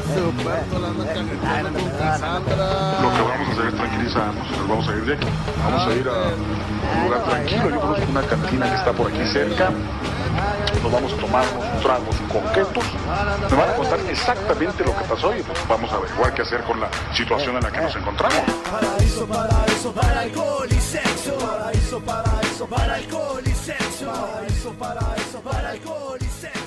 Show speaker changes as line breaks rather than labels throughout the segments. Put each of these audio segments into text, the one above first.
Humberto la anda calentando con Cassandra.
Lo que vamos a hacer es tranquilizarnos, nos vamos a ir de aquí. Vamos a ir a un lugar tranquilo, yo conozco una cantina que está por aquí cerca. Nos vamos a tomar unos tragos coquetos. Me van a contar exactamente lo que pasó y pues vamos a averiguar qué hacer con la situación en la que nos encontramos.
Paraíso, paraíso, para alcohol y sexo. Paraíso, paraíso, para alcohol y sexo. Paraíso, paraíso, para alcohol y sexo.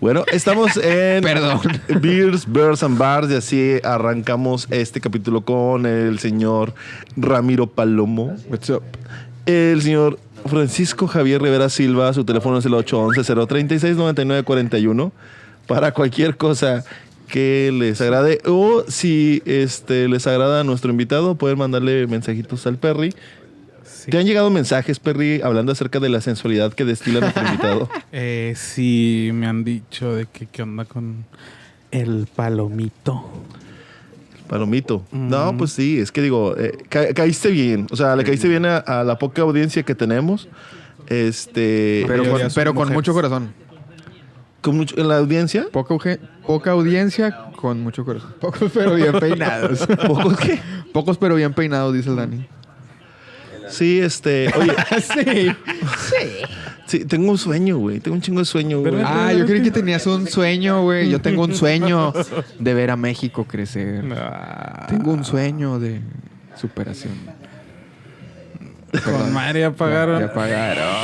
Bueno, estamos en
Perdón.
Beers, Bears and Bars y así arrancamos este capítulo con el señor Ramiro Palomo. What's up? El señor Francisco Javier Rivera Silva, su teléfono es el 811-036-9941 para cualquier cosa que les agrade o si este, les agrada a nuestro invitado pueden mandarle mensajitos al Perry. ¿Te han llegado mensajes, Perry, hablando acerca de la sensualidad que destila nuestro invitado?
Eh, sí, me han dicho de que qué onda con el palomito.
Palomito.
Mm.
No, pues sí, es que digo, eh, ca- caíste bien. O sea, le caíste bien a, a la poca audiencia que tenemos. Este.
Pero, con,
Mayoría son
pero con
mujeres.
mucho corazón.
con mucho- en la audiencia,
Poca, auge- poca audiencia, con mucho corazón. Pocos pero bien peinados.
¿Pocos qué?
Pocos pero bien peinados, dice el Dani.
sí, este. Oye,
sí.
sí, tengo un sueño, güey. Tengo un chingo de sueño, güey.
Pero-
Ah, yo creí que tenías un sueño, güey. Yo tengo un sueño de ver a México crecer.
Ah,
Tengo un sueño de superación.
Con madre ya
Ya,
apagaron.
ya pagaron.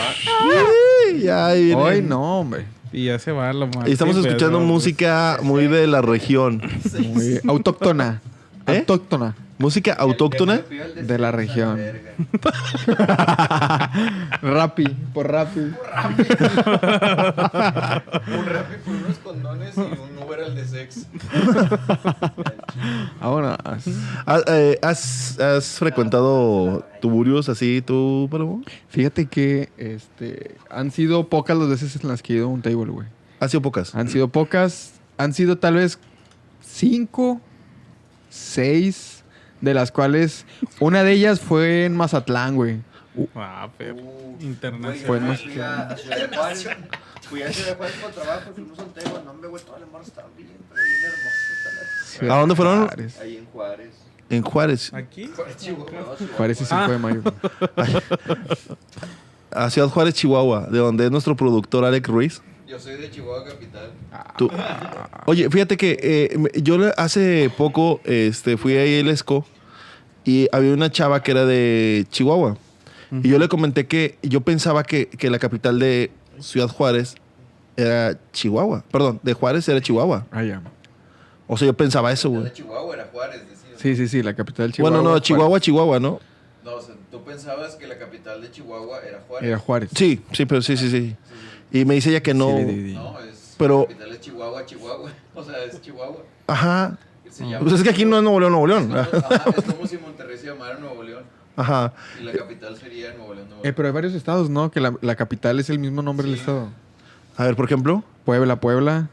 Sí, ya ahí viene.
Hoy no, hombre.
Y ya se va la madre.
Y estamos
Sí,
escuchando
pero- pues,
música muy de la región.
Muy bien. Autóctona.
¿Eh?
Autóctona
Música autóctona.
de la región. Rappi, por Rappi.
Un rap por unos condones y un Uber al de sex.
Ahora.
Ah, eh, ¿Has, has frecuentado tuburios así tú, Palomo?
Fíjate que este han sido pocas las veces en las que he ido a un table, güey.
Ha sido pocas.
Han sido pocas. Han sido tal vez cinco, seis, de las cuales una de ellas fue en Mazatlán, güey.
Ah, pero. Internacional.
Fue en
Fui a
Mazatlán.
Ciudad- a Ciudad de Juárez. Fui a Ciudad de Juárez por trabajo, fuimos a un tema. No, hombre, güey, toda la morra estaba bien, pero bien hermosa.
¿A dónde fueron?
Juárez.
Ahí en Juárez.
En Juárez.
Aquí.
No, sí,
Juárez y 5 de mayo.
A Ciudad Juárez, Chihuahua, de donde es nuestro productor Alex Ruiz.
Yo soy de Chihuahua capital.
Tú- Oye, fíjate que eh, me- yo le- hace poco este, fui ahí al ESCO y había una chava que era de Chihuahua. Y yo le comenté que yo pensaba que, que la capital de Ciudad Juárez era Chihuahua. Perdón, de Juárez era Chihuahua.
Allá.
O sea, yo pensaba eso,
Yo de
güey.
Chihuahua era Juárez, decía.
Sí, sí, sí, la capital de Chihuahua.
Bueno, no,
Juárez.
Chihuahua, Chihuahua, ¿no?
No, o sea, tú pensabas que la capital de Chihuahua era Juárez.
Era Eh, Juárez.
Sí, sí, pero sí, sí, sí. Y me dice ella que no.
Sí, le di-
No, es
Pero-
la capital es Chihuahua, Chihuahua. O sea, es Chihuahua.
Ajá.
Se llama-
Pues es que aquí no es Nuevo León, Nuevo León.
Ajá, es como si Monterrey se llamara Nuevo León.
Ajá.
Y la capital sería Nuevo León, Nuevo
Eh,
León.
pero hay varios estados, ¿no? Que la, la capital es el mismo nombre del
Sí.
estado.
A ver, por ejemplo.
Puebla, Puebla.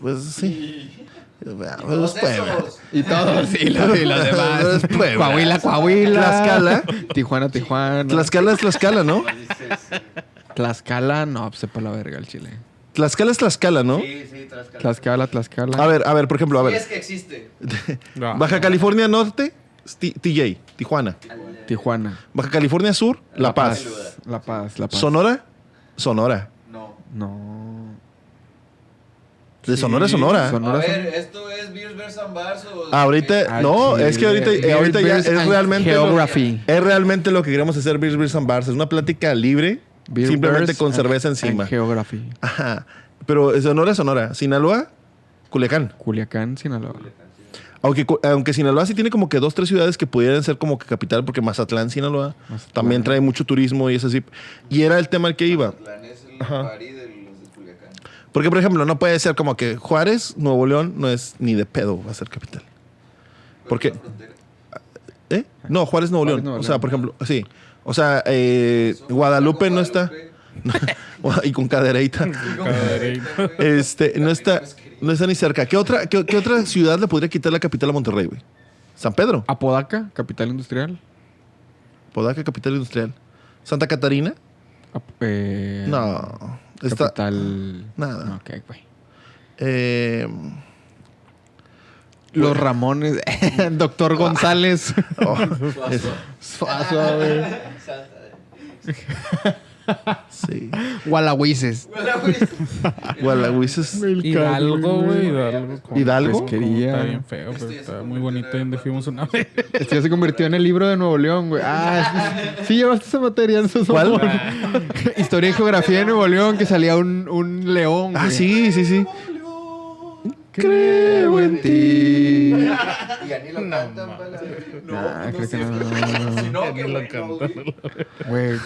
Pues sí.
Todos
Pues, pues,
esos.
Y todos, y los,
demás.
Coahuila, Coahuila.
Tlaxcala.
Tijuana, Tijuana.
Tlaxcala es Tlaxcala, ¿no?
pues,
Tlaxcala, no, pues sepa la verga el chile.
Tlaxcala es Tlaxcala, ¿no?
Sí, sí, Tlaxcala.
Tlaxcala, Tlaxcala.
A ver, a ver, por ejemplo, a
Sí,
ver.
es que existe.
No.
Baja California Norte, T- TJ, Tijuana.
Tijuana.
Baja California Sur, La Paz.
La Paz, La Paz.
Sonora, Sonora.
No.
No.
De
Sí,
Sonora, Sonora.
Sonora.
a ver, esto es Beers vs. Bars o...
Ahorita,
Ah,
no,
sí,
es que ahorita,
Beer,
eh, ahorita ya
Beers
es
and
realmente. lo-
Geography.
es realmente lo que queremos hacer, Beers, Beers and Bars. Es una plática libre,
Beer
simplemente
Bears
con
and-
cerveza
and
encima.
Geography.
Ajá. Pero Sonora, Sonora. Sinaloa, Culiacán.
Culiacán, Sinaloa.
Aunque, cu- aunque Sinaloa sí tiene como que dos, tres ciudades que pudieran ser como que capital, porque Mazatlán, Sinaloa,
Mazatlán.
también trae mucho turismo y es así. Y era el tema al que iba.
Mazatlán es el party de los de Culiacán.
Porque, por ejemplo, no puede ser como que Juárez, Nuevo León, no es ni de pedo va a ser capital. ¿Por qué?
La frontera.
¿Eh? No, Juárez, Nuevo
Juárez,
León.
Nuevo
O sea,
León.
por ejemplo, sí. O sea, eh, Guadalupe no está. y con cadereita.
Eh,
Este, no está, no está ni cerca. ¿Qué otra, qué, qué otra ciudad le podría quitar la capital a Monterrey, güey? San Pedro,
Apodaca, capital industrial.
Podaca, capital industrial. Santa Catarina,
Ap- eh,
no. Está,
Capital.
nada.
No, ok, güey.
eh,
Los Ramones. Doctor González.
Oh, es-
Suazo, güey.
Santa de-
sí.
Gualahuises.
Hola, güey.
Gualahuises.
Hidalgo, güey. Hidalgo. con
¿Hidalgo?
Pesquería.
Está bien feo, pero está muy bonito. ahí Donde fuimos una vez.
Este ya se convirtió en el libro de Nuevo León, güey. Ah, sí, sí llevaste esa materia. No seas
¿Cuál?
mamón. Historia y geografía de Nuevo León, que salía un, un león.
Ah,
güey.
sí, sí, sí.
Creo en ti.
Y ya ni lo cantan, pa' la verga.
No,
Nah,
no
Ah, creo que
sé.
no.
Si no, que bueno, güey.
Güey,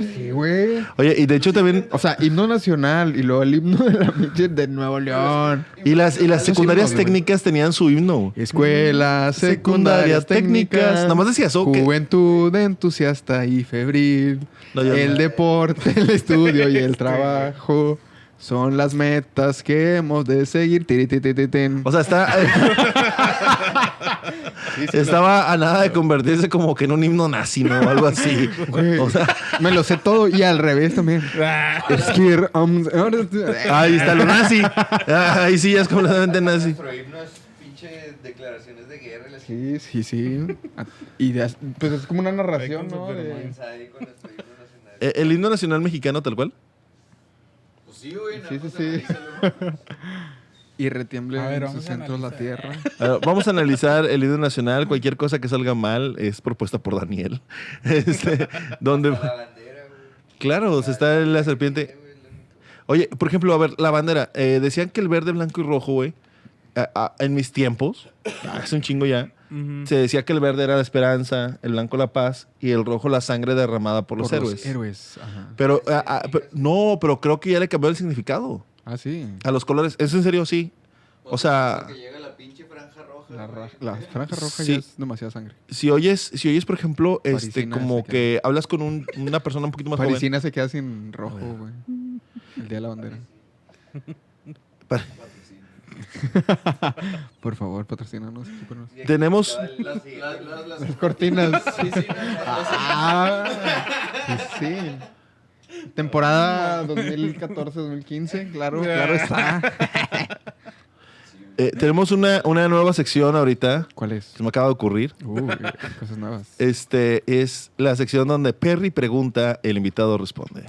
sí, güey.
Oye, y de hecho también.
O sea, himno nacional y luego el himno de la pinche de Nuevo León.
Y las, y las secundarias técnicas tenían su himno.
Escuelas,
Mm, Secundarias,
secundarias, técnicas.
técnicas. Nada más decía eso, que-
Juventud entusiasta y febril.
No, yo
el
no.
deporte, el estudio y el trabajo son las metas que hemos de seguir. Tiri, tiri, tiri, tin.
O sea, está. Estaba a nada de convertirse como que en un himno nazi, ¿no? O algo así.
Güey,
O sea,
me lo sé todo y al revés también. Es que, um, ahora-
ahí está lo nazi. Ah, Ahí sí ya es completamente nazi.
Nuestro himno es pinche declaraciones de guerra. y la chingada.
Sí, sí, sí. Y de- pues es como una narración, ¿no? De-
Comienza ahí con nuestro himno nacional.
Eh, El himno nacional mexicano, tal cual.
Pues sí, güey. nada
Sí, sí,
más
sí.
analízalo.
Y retiemble
A ver,
en sus
vamos a
centros la
analizar.
tierra.
A ver, vamos a analizar el himno nacional. Cualquier cosa que salga mal es propuesta por Daniel. Este, donde,
La bandera, güey.
claro, se está la serpiente.
Eh, güey, la-
Oye, por ejemplo, a ver, la bandera. eh, decían que el verde, blanco y rojo, güey, a- a- en mis tiempos, ah, hace un chingo ya, se decía que el verde era la esperanza, el blanco la paz y el rojo la sangre derramada por, los héroes.
Ajá.
Pero, ah, ah, pero- no, pero creo que ya le cambió el significado
Ah, sí.
a los colores. ¿Es en serio? Sí. O sea,
Porque Pues llega la pinche franja roja.
La,
güey.
ra- la franja roja
Sí.
ya es demasiada sangre.
si oyes, si oyes, por ejemplo, este,
Parisina,
como
ese que-
que hablas con un- una persona un poquito más joven.
Parisina se queda sin rojo, güey. El día de la bandera.
Pa-
Por favor, patrocínanos. equípanos.
Y aquí
Tenemos-
estaba el- la siguiente,
Las,
güey.
las, las.
Cortinas.
Sí, sí, nada,
Ah, sí, sí. Temporada 2014-2015, claro, claro está.
Eh, tenemos una, una nueva sección ahorita,
¿Cuál es?
se me acaba de ocurrir.
Uh, cosas nuevas.
Este es la sección donde Perry pregunta, el invitado responde.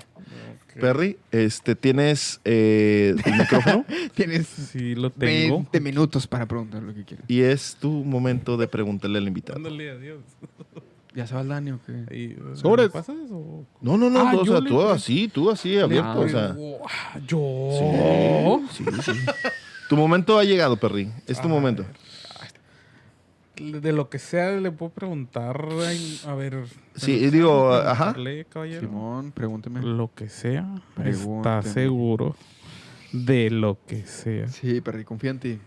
Perry, este, ¿tienes eh, el micrófono?
Tienes
Sí, lo tengo.
20 minutos para preguntar lo que quieras.
y es tu momento de preguntarle al invitado.
Ándale, adiós.
¿Ya se va el daño que
Ahí,
Sobres.
¿me ¿Pasas o...?
No, no, no,
Ah,
tú, o
yo
sea,
le-
tú así, tú así, abierto, o sea.
Ah, ¿Yo? "Oh".
Sí, sí, sí. Tu momento ha llegado, Perry. Es tu
A
momento.
De lo que sea le puedo preguntar. ay, A ver...
Sí,
¿me
digo,
puedes
ajá.
preguntarle, caballero?
Simón, eh. pregúnteme.
Lo que sea.
Pregúntame.
Está seguro de lo que sea.
Sí, Perry, confía en ti.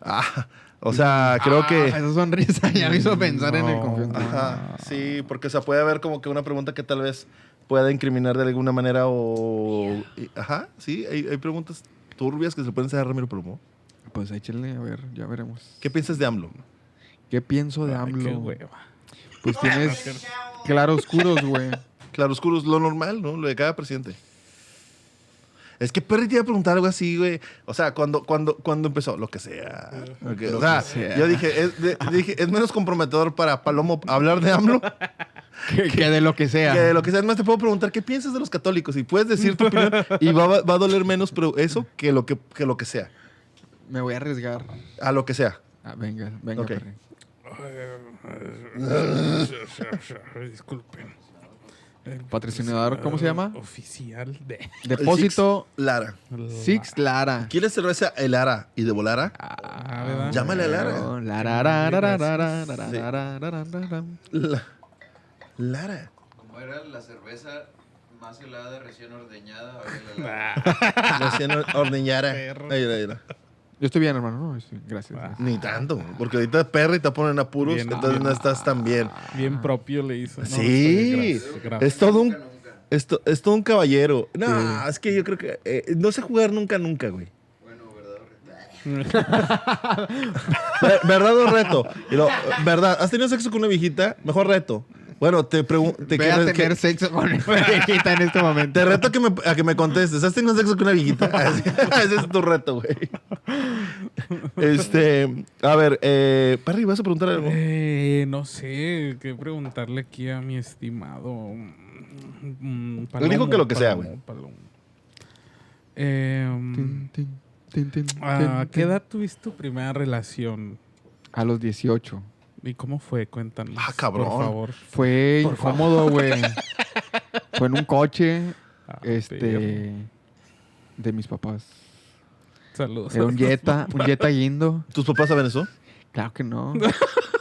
Ah, o sea, creo
Ah,
que.
Esa sonrisa ya me hizo pensar en el
No.
conflicto.
Ajá, sí, porque o sea, puede haber como que una pregunta que tal vez pueda incriminar de alguna manera o... y- Ajá, sí, hay, hay preguntas turbias que se pueden hacer a Ramiro Plomo.
Pues échenle, a ver, ya veremos.
¿Qué piensas de AMLO?
¿Qué pienso de
Ay, qué
AMLO?
hueva.
pues tienes claroscuros, güey.
Claroscuro es lo normal, ¿no? Lo de cada presidente. Es que Perry te iba a preguntar algo así, güey. O sea, cuando, cuando, cuando empezó, lo que sea. Porque, o sea,
sea.
yo dije es, de- dije, es menos comprometedor para Palomo hablar de AMLO
que, que de lo que sea.
que de lo que sea. Además, te puedo preguntar qué piensas de los católicos y puedes decir tu opinión y va, va- va a doler menos pero eso que lo que, que lo que sea.
Me voy a arriesgar.
A lo que sea.
Ah, venga, venga,
Ok.
Perry.
Disculpen. El
Patrocinador, ¿cómo se llama?
Oficial de...
Depósito
El Six Lara.
Six Lara.
¿Quieres cerveza el Lara y de volara?
Ah, ¿verdad?
Llámale a Lara.
Lara, ra, ra, ra, ra, ra, ra, ra, ra, ra, ra, ra.
La- Lara.
Como era la cerveza más helada, recién ordeñada. ahora la- la-
Recién or- ordeñara.
Perro.
Ahí, ahí, ahí.
Yo estoy bien, hermano. No, estoy- gracias.
Ah.
gracias.
Ni tanto, porque ahorita Perry te ponen apuros,
Bien,
entonces no
bien.
estás tan bien.
Bien propio le hizo. No,
sí,
estoy- gracias,
es
gracias.
todo un
Nunca, nunca.
es, to- es todo un caballero. No, es que yo creo que eh, no sé jugar nunca, nunca, güey.
Bueno, verdad, verdad.
Ver- Verdad o reto. Y luego, verdad, ¿has tenido sexo con una viejita? Mejor reto. Bueno, te pregunto. Te,
Voy a
quiero-
tener
que-
sexo con una viejita en este momento.
te reto que me- a que me contestes. ¿Has tenido sexo con una viejita? Ese es tu reto, güey. Este, a ver, eh, Perry, ¿vas a preguntar algo?
Eh, no sé, qué preguntarle aquí a mi estimado. mm, mm,
Lo único que lo que sea,
Palomo,
güey.
Palomo. Eh,
Tin, tin, tin, tin,
¿A
tin,
Ah, qué
tin.
edad tuviste tu primera relación?
A los 18.
¿Y cómo fue? Cuéntanos.
Ah, cabrón.
Por favor.
Fue
Por
incómodo, güey. Fue en un coche
Ah, perro.
este de mis papás.
Saludos.
Era un Jetta, un Jetta Guindo.
¿Tus papás saben eso?
Claro que no.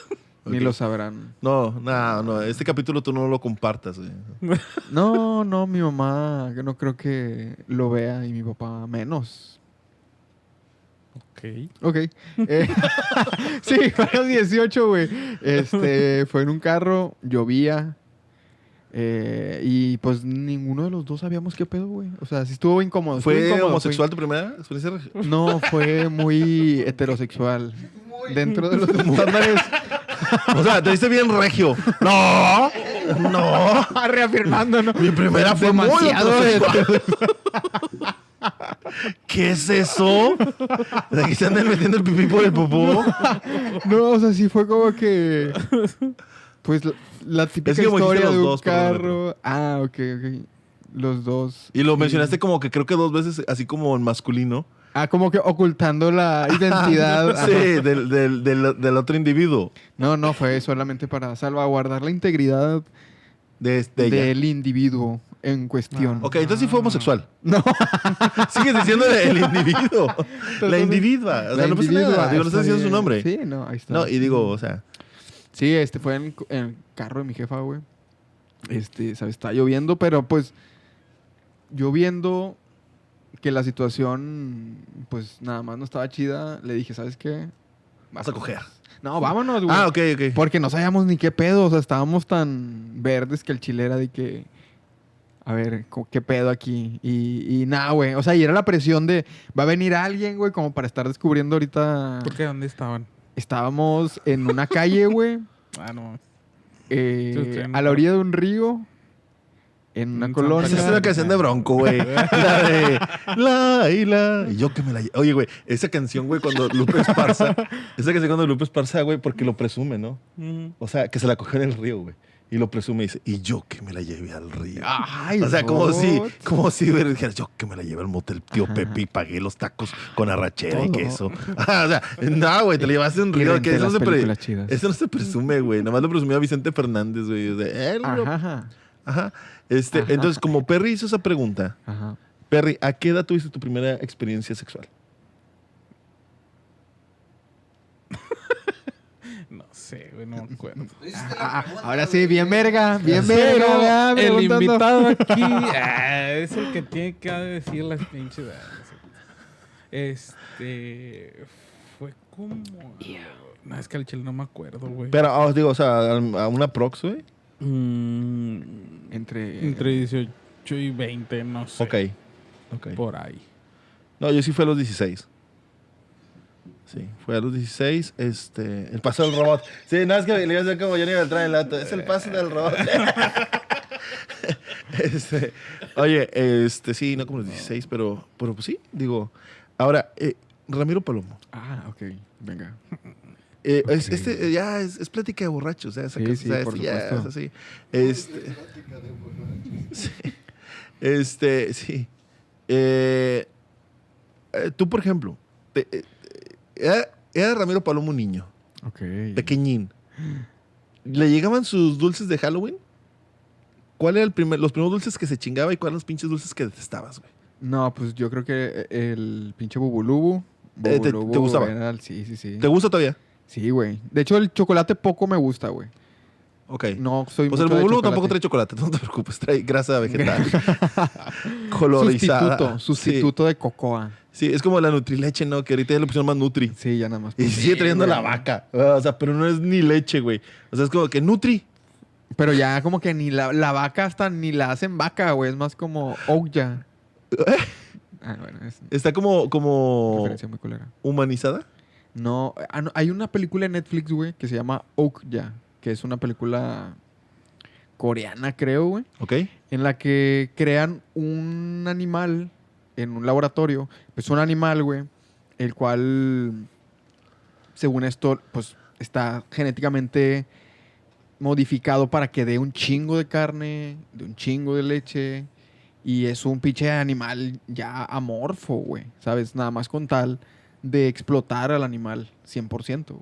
Ni lo sabrán.
No, no, no. Este capítulo tú no lo compartas, güey.
No, no, mi mamá yo no creo que lo vea y mi papá menos.
Ok.
Ok. Eh, sí, fue a los 18, güey. Este, fue en un carro, llovía. eh, y pues ninguno de los dos sabíamos qué pedo, güey. O sea, sí estuvo incómodo. estuvo
¿Fue
incómodo, fue-
homosexual tu primera experiencia?
No, fue muy heterosexual. Dentro de los estándares.
O sea, te dice bien regio. No, no.
reafirmando, ¿no?
Mi primera Ah, fue muy heterosexual. ¿Qué es eso? ¿De que se andan metiendo el pipí por el popó?
No, o sea, sí fue como que. Pues la, la típica
Es que como dijiste
historia
los
de un
dos, perdón,
carro. ah, ok, ok. Los dos.
Y lo mencionaste como que creo que dos veces, así como en masculino.
Ah, como que ocultando la identidad. Ah, Ajá.
Sí, del, del, del, del otro individuo.
No, no, fue solamente para salvaguardar la integridad
De, de ella. Ah,
del individuo en cuestión.
Ok, entonces sí fue homosexual. No. Sigues diciendo el individuo. la individua. O sea,
La
no pasa
individua,
nada. Digo, no
está
estás diciendo su
bien.
nombre.
Sí, no, ahí está.
No, y digo, o sea,
Sí, este fue en, en el carro de mi jefa, güey. Este, ¿sabes? Está lloviendo, pero pues yo viendo que la situación, pues nada más no estaba chida, le dije, ¿sabes qué?
vas a coger.
No, vámonos, güey.
Ah, ok, ok.
Porque no sabíamos ni qué pedo, o sea, estábamos tan verdes que el chile era de que, a ver, co- ¿qué pedo aquí? Y, y nada, güey, o sea, y era la presión de, va a venir alguien, güey, como para estar descubriendo ahorita.
¿Por qué? ¿Dónde estaban?
Estábamos en una calle, güey,
Ah, no.
eh,
Sí, estoy en-
a la orilla de un río, en una
En Santa
colonia.
Esa es una canción de Bronco, güey. La de la y la. Y yo que me la. lle- Oye, güey, esa canción, güey, cuando Lupe Esparza. Esa canción cuando Lupe Esparza, güey, porque lo presume, ¿no?
Mm.
O sea, que se la cogió en el río, güey. Y lo presume y dice, y yo que me la llevé al río.
Ay,
o sea, como si,
Dios.
como si güey, dijeras, yo que me la llevé al motel tío Pepe y pagué los tacos con arrachera y
Todo.
queso. Ah, o sea, no, güey, te la llevaste a un
Y
río.
renté
Que eso, no se
las
pre-
películas chidas.
eso no se presume, güey. Nada más lo presumía Vicente Fernández, güey. O sea, "Eh, él lo
Ajá, ajá,
Ajá. Este,
Ajá.
Entonces, como Perry hizo esa pregunta,
ajá.
Perry, ¿a qué edad tuviste tu primera experiencia sexual?
No sé, güey, no me acuerdo.
Ah, ahora sí, bien verga, bien verga. ¿verdad?
el
Preguntando.
invitado aquí ah, es el que tiene que decir las pinches. ah, no sé. Este. Fue como. No, es que al chile no me acuerdo, güey.
Pero, ah, os digo, o sea, al- a una prox, güey.
Mm,
Entre,
entre 18 y 20, no sé.
Ok. Ok.
Por ahí.
No, yo sí fue a los 16. Sí, fue a los 16. Este, el paso del robot. Sí, nada, es que le iba a hacer como Johnny Beltrán el lato. Es el paso del robot. Este, oye, este, sí, no como los 16, pero, pero pues sí, digo. Ahora, eh, Ramiro Palomo.
Ah, ok, venga.
Eh, es- este eh, ya es, es plática de borrachos, ya, esa
Sí,
cosa,
sí,
o sea,
por
este, ya es
supuesto.
así. Este, Sí. este, sí. Eh, eh, tú, por ejemplo, te- eh, era, era Ramiro Palomo un niño,
Ok.
pequeñín. ¿Le llegaban sus dulces de Halloween? ¿Cuál era el primer, los primeros dulces que se chingaba y cuáles los pinches dulces que detestabas, güey?
No, pues yo creo que el pinche Bubulubu.
Eh, te- te
Bubulubu
gustaba.
era el- sí, sí, sí.
¿Te gusta todavía?
Sí, güey. De hecho, el chocolate poco me gusta, güey.
Ok.
No soy
Pues el
mucho de
bubulú tampoco trae
chocolate.
chocolate, no te preocupes, trae grasa vegetal colorizada.
Sustituto,
Sí.
sustituto de cocoa.
Sí, es como la Nutrileche, ¿no? Que ahorita ya le pusieron más Nutri.
Sí, ya nada más.
Y sigue trayendo la vaca. Ah, O sea, pero no es ni leche, güey. O sea, es como que Nutri.
Pero ya como que ni la, la vaca hasta ni la hacen vaca, güey. Es más como Ouya. Ah, bueno, es una
Está como, como
referencia muy culera.
humanizada.
No, ah, no, hay una película en Netflix, güey, que se llama Ouya, que es una película coreana, creo, güey.
¿Ok?
en la que crean pues un animal en un laboratorio. Es un animal, güey, el cual según esto, pues está genéticamente modificado para que dé un chingo de carne, de un chingo de leche. Y es un pinche animal ya amorfo, güey. ¿Sabes? Nada más con tal de explotar al animal 100%, güey.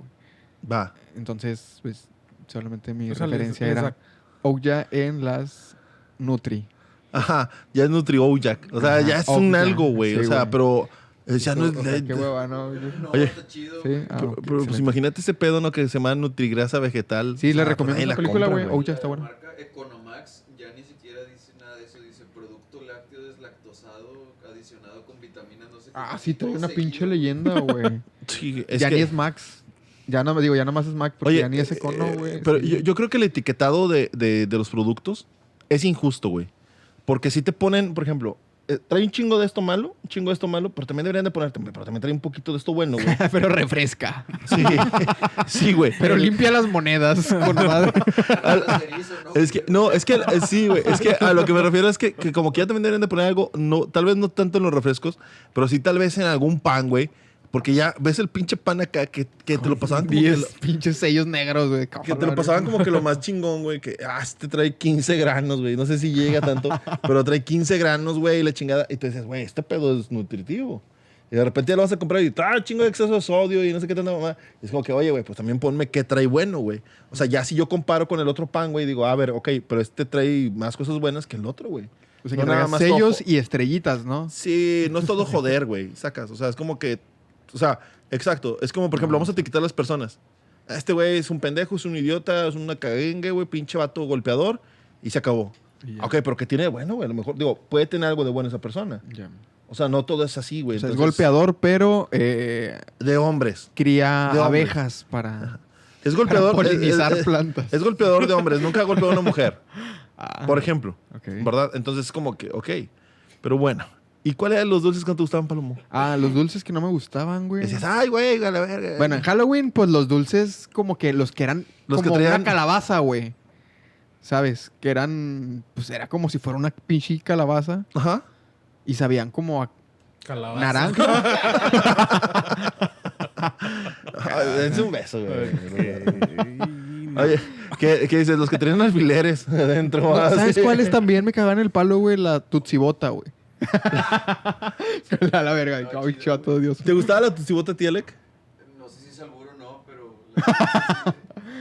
Va.
Entonces, pues, solamente mi
O sea, les-
referencia
les
era
sac-
Ouya en las Nutri.
Ajá, ya es nutri Jack. O sea,
Ajá,
ya es un
Ojac,
algo, güey.
sí,
o sea,
güey.
pero eh, ya no es...
O sea, qué hueva, ¿no? Sí,
No,
Oye.
está chido. güey.
ah,
pero- pero,
ok,
pues
excelente.
imagínate ese pedo, ¿no? Que se llama nutrigrasa vegetal.
Sí, le
Ah, pues
recomiendo
nadie
esa película,
compra,
güey.
Y
Ouya
la
está buena.
marca Economax ya ni siquiera dice nada de eso. Dice producto lácteo deslactosado adicionado con vitaminas, no sé qué.
Ah, sí, trae
Todo
una
seguido.
pinche leyenda, güey.
Sí, es
ya
que-
ni es Max. Ya no me digo, ya nomás es Max, porque
Oye,
ya ni es Econo,
eh,
güey.
Pero
sí.
yo, yo creo que el etiquetado de, de- de los productos es injusto, güey. Porque si te ponen, por ejemplo, eh, trae un chingo de esto malo, un chingo de esto malo, pero también deberían de ponerte, "Hombre, pero también trae un poquito de esto bueno, güey.
pero refresca.
Sí, sí, güey.
Pero limpia las monedas con madre.
Pasterizo, ¿no?
Es que, no, es que, eh, sí, güey, es que a lo que me refiero es que, que como que ya también deberían de poner algo, no, tal vez no tanto en los refrescos, pero sí tal vez en algún pan, güey. Porque ya ves el pinche pan acá que, que te lo pasaban como que lo-
10 pinches sellos negros, güey.
Que te lo pasaban como que lo más chingón, güey. Que, ah, este trae 15 granos, güey. No sé si llega tanto, pero trae 15 granos, güey, y la chingada. Y tú dices, güey, este pedo es nutritivo. Y de repente ya lo vas a comprar y trae chingo de exceso de sodio y no sé qué tanta mamá. Y es como que, oye, güey, pues también ponme qué trae bueno, güey. O sea, ya si yo comparo con el otro pan, güey, digo, a ver, ok, pero este trae más cosas buenas que el otro, güey.
O sea,
No nada
que traía
más
Pues, sellos
ojo.
y estrellitas, ¿no?
Sí, no es todo joder, güey. Sacas. O sea, es como que. O sea, exacto. Es como, por ejemplo, vamos a etiquetar a las personas. Este güey es un pendejo, es un idiota, es una cagengue, güey, pinche vato golpeador. Y se acabó. Ok, pero que tiene de bueno, güey. A lo mejor, digo, puede tener algo de bueno esa persona.
Ya.
O sea, no todo es así, güey.
O sea, es
Entonces,
golpeador, pero eh,
De hombres.
cría
De hombres.
abejas para,
Es
para
golpeador. es-
polinizar
es- es-
plantas.
es golpeador de hombres. Nunca golpeó a una mujer,
Ah,
por ejemplo.
ok.
¿Verdad? Entonces, es como que, ok. Pero bueno. ¿Y cuáles eran los dulces que no te gustaban, Palomo?
Ah, los dulces que no me gustaban, güey.
Decías, ay, güey, a la verga.
Bueno, en Halloween, pues los dulces como que los que eran
Los que
como
traían-
una calabaza, güey. ¿Sabes? Que eran, pues era como si fuera una pinche calabaza
Ajá.
y sabían como a
Calabaza.
naranja.
Ah, Dense un beso, güey.
Oye.
Oye, ¿qué, qué dices? Los que tienen alfileres adentro.
No,
ah,
¿Sabes
sí.
cuáles también me cagaban el palo, güey? La tutsibota, güey. la, la verga,
Estaba
ay,
chido,
chato,
güey.
Dios.
¿Te gustaba la tucibota Tielec?
No sé si es albur o no, pero.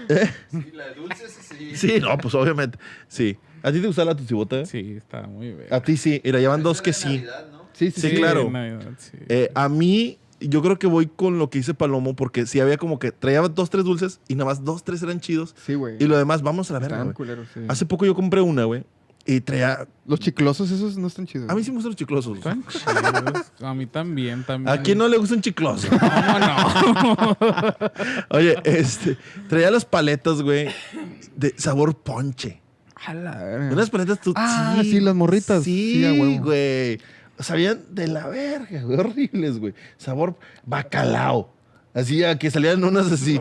La... Sí, la de dulces sí.
Sí, no, pues obviamente. Sí. ¿A ti te gustaba la tucibota?
Sí, está muy bien.
A ti sí. Mira, llevan
Esa
dos
es
que
de
sí.
Navidad, ¿no?
Sí,
Ah, Sí, claro.
en Navidad, sí.
Eh, a mí, yo creo que voy con lo que hice Palomo porque sí había como que traía dos, tres dulces y nada más dos, tres eran chidos.
Sí, güey.
Y lo demás, vamos a la verga,
Estaban
güey.
culeros, sí.
Hace poco yo compré una, güey. Y traía...
Los chiclosos esos no están chidos.
A mí sí me gustan los chiclosos.
Están chidos. A mí también, también.
¿A quién no le gusta un chicloso?
¿Cómo no?
Oye, este, traía las paletas, güey, de sabor ponche.
A la verga.
Unas paletas tú.
Ah, sí, las morritas.
Sí,
Sí, a huevo.
güey. Sabían de la verga, güey. Horribles, güey. Sabor bacalao. Así, a que salían unas así.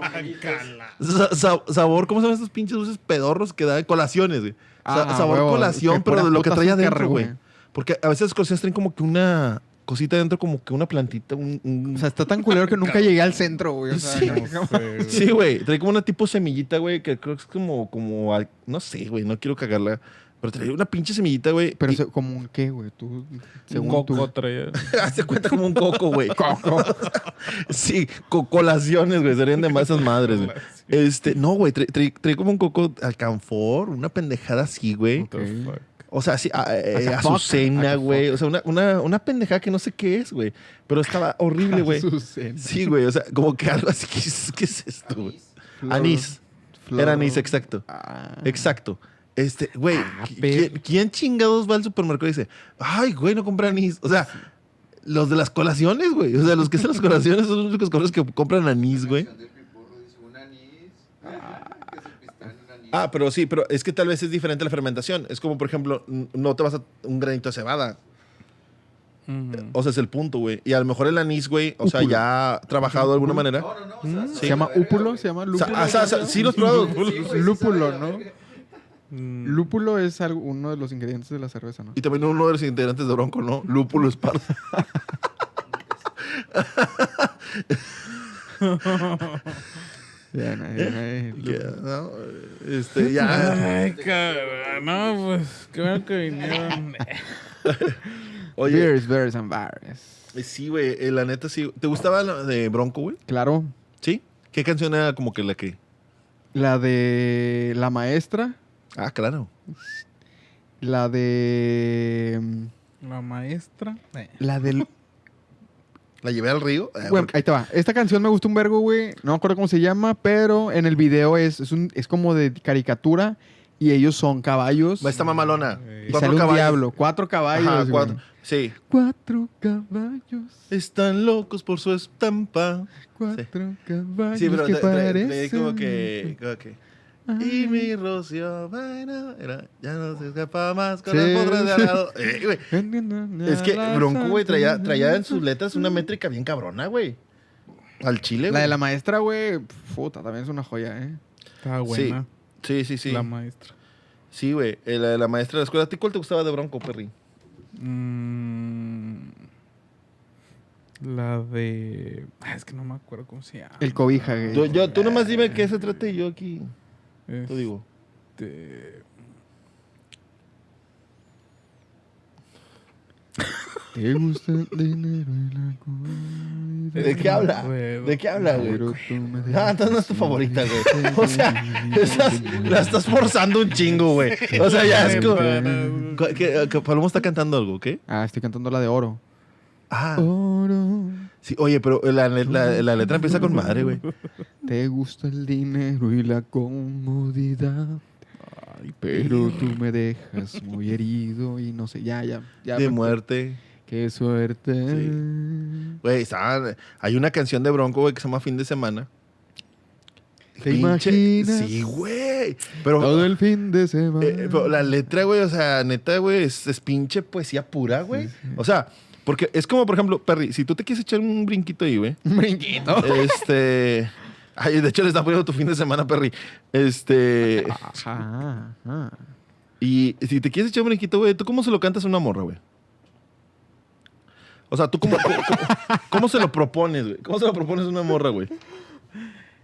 Sa- sa- sabor, ¿cómo se llaman esos pinches dulces pedorros que dan colaciones, güey? Sa-
Ah,
sabor
huevo,
colación,
que
pero
pura
de lo que
puta
traía
azúcar,
adentro, güey.
güey.
Porque a veces las colaciones traen como que una cosita adentro, como que una plantita, un- un
O sea, está tan culero que nunca llegué al centro, güey. O sea,
Sí.
no-
No sé, güey.
Sí, güey. Trae como una tipo semillita, güey, que creo que es como, como, al- no sé, güey, no quiero cagarla. Pero trae una pinche semillita, güey.
Pero
y-
se- como un qué, güey. Tú, según
Un
tú.
coco traía.
hace cuenta como un coco, güey. coco. sí, co- colaciones, güey. Serían de masas madres, güey. Este, no, güey, trae, trae- trae como un coco alcanfor, una pendejada así, güey.
What the fuck.
O sea, sí, a, eh,
Like a fuck,
azucena,
like a
güey. O sea, una, una, una pendejada que no sé qué es, güey. Pero estaba horrible, güey.
Azucena.
Sí, güey. O sea, como que algo así. ¿Qué es, qué es esto, güey?
Flor-
Anís.
flor-
Era anís, exacto. Eh,
Ah.
Exacto. Este, güey,
Ah,
qui-
pero-
¿quién, quién chingados va al supermercado y dice, ay, güey, no compran anís? O sea, los de las colaciones, güey. O sea, los que hacen las colaciones son los únicos cabrones que compran anís, güey.
canción del Piporro dice un anís. eh, que se pistan un anís.
Ah, pero sí, pero es que tal vez es diferente la fermentación. Es como, por ejemplo, n- no te vas a un granito de cebada.
Ujú.
O sea, es el punto, güey. Y a lo mejor el anís, güey, o sea, ya trabajado de alguna manera.
No, no, no. O sea, sabe
Sí.
la
Se llama
verga,
úpulo,
güey.
se llama
O sea,
lúpulo.
ah, o sea, o sea, sí los probados.
Sí, güey, sí
Lúpulo,
sabe la
¿no?
verga.
Mm.
Lúpulo es algo- uno de los ingredientes de la cerveza, ¿no?
Y también uno de los integrantes de Bronco, ¿no? Lúpulo Esparza. Eh,
Ya, no, ya, no,
Ya, ¿no? Este, ya.
Ay, cabrón. No, pues, qué bueno que vinieron.
Oye,
Beers, beers and bars.
eh, sí, güey, eh, la neta sí. ¿Te gustaba la de Bronco, güey?
Claro.
¿Sí? ¿Qué canción era como que la que?
La de La Maestra.
Ah, claro.
La de. mm,
La maestra. Eh.
La del.
La llevé al río. Ah,
Bueno,
porque-
ahí te va. Esta canción me gusta un vergo, güey. No me acuerdo cómo se llama, pero en el video es, es, un- es como de caricatura y ellos son caballos.
Va esta mamalona.
y sale un diablo. Cuatro caballos.
Ajá,
güey.
cuatro. Sí.
Cuatro caballos.
Están locos por su estampa.
Cuatro caballos.
Sí, pero
que
te- trae- trae
parecen-
como que. como que, Y
Ay.
mi Rocío, bueno, era, ya no se escapa más con
Sí.
las podras de al lado. Eh, güey, es que Bronco, güey, traía, traía en sus letras una métrica bien cabrona, güey. Al chile,
La
güey.
de la maestra, güey. Puta, también es una joya, ¿eh?
Está buena.
Sí, sí, sí.
La maestra.
Sí, güey. eh, La de la maestra de la escuela. ¿A ti cuál te gustaba de Bronco, Perry?
Mm, la de. Ah, es que no me acuerdo cómo se llama.
El cobija, güey.
Tú, yo, tú nomás dime qué se trata y yo aquí
Este,
te digo.
¿Te gusta el dinero y la comida?
¿De qué habla?
Huevo.
¿De qué habla, güey?
Pero tú me
No, entonces no es tu favorita, güey. O sea, estás- la estás forzando un chingo, güey. O sea, ya es como... ¿Cu- qué- qué- Palomo está cantando algo, ¿qué?
Ah, estoy cantando la de oro.
Ah,
Oh. Oro.
sí. Oye, pero la, le- la- la letra empieza con madre, güey.
Te gusta el dinero y la comodidad. pero tú me dejas muy herido y no sé. Ya, ya. ya
De
me-
muerte.
Qué suerte.
Güey, está- hay una canción de Bronco, güey, que se llama Fin de Semana.
¿Te
Pinche-
imaginas?
Sí, güey. Pero...
Todo el fin de semana.
Eh, pero la letra, güey, o sea, neta, güey, es, es pinche poesía pura, güey. O sea, porque es como, por ejemplo, Perry, si tú te quieres echar un brinquito ahí, güey.
Un brinquito.
este. Ay, de hecho, le está poniendo tu fin de semana, Perry. Este.
Ajá, ajá.
Y si te quieres echar un brinquito, güey, ¿tú cómo se lo cantas a una morra, güey? O sea, ¿tú cómo, cómo, cómo- cómo se lo propones, güey? ¿Cómo se lo propones a una morra, güey?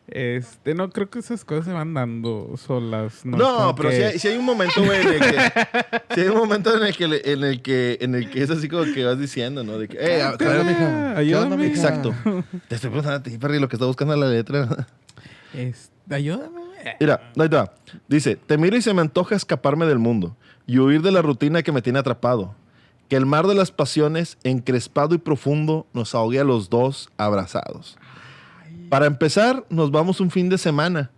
Este, no creo que esas cosas se van dando solas. No,
No,
Es como
pero
que-
si, hay, si hay un momento, güey, en el que. si hay un momento en el que, le- en el que, en el que es así como que vas diciendo, ¿no? De que, eh, a-
Ah,
a ver,
ayúdame.
mija?
Exacto. Te estoy preguntando a ti, Perry, lo que está buscando en la letra.
Este, ayúdame.
Mira, ahí está. Dice, te miro y se me antoja escaparme del mundo y huir de la rutina que me tiene atrapado. Que el mar de las pasiones, encrespado y profundo, nos ahogue a los dos abrazados. Para empezar, nos vamos un fin de semana,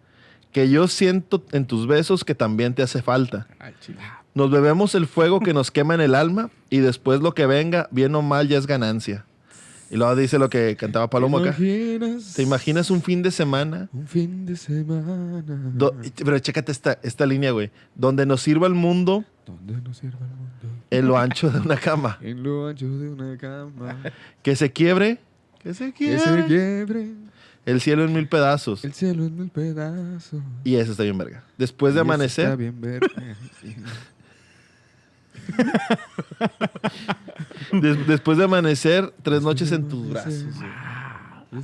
que yo siento en tus besos que también te hace falta.
Ay, chila.
Nos bebemos el fuego que nos quema en el alma y después lo que venga, bien o mal, ya es ganancia. Y luego dice lo que cantaba Palomo acá.
imaginas?
¿Te imaginas un fin de semana?
Un fin de semana.
do- pero chécate esta, esta línea, güey. Donde nos sirva el mundo
Donde no sirva el mundo.
en lo ancho de una cama.
En lo ancho de una cama.
Que se quiebre. Que se
que se quiebre.
El cielo en mil pedazos.
El cielo en mil pedazos.
Y eso está bien, verga. Después de
Y eso Está
amanecer.
bien verde.
des- después de amanecer, tres noches en tus
Amanecer.
brazos. güey.
Es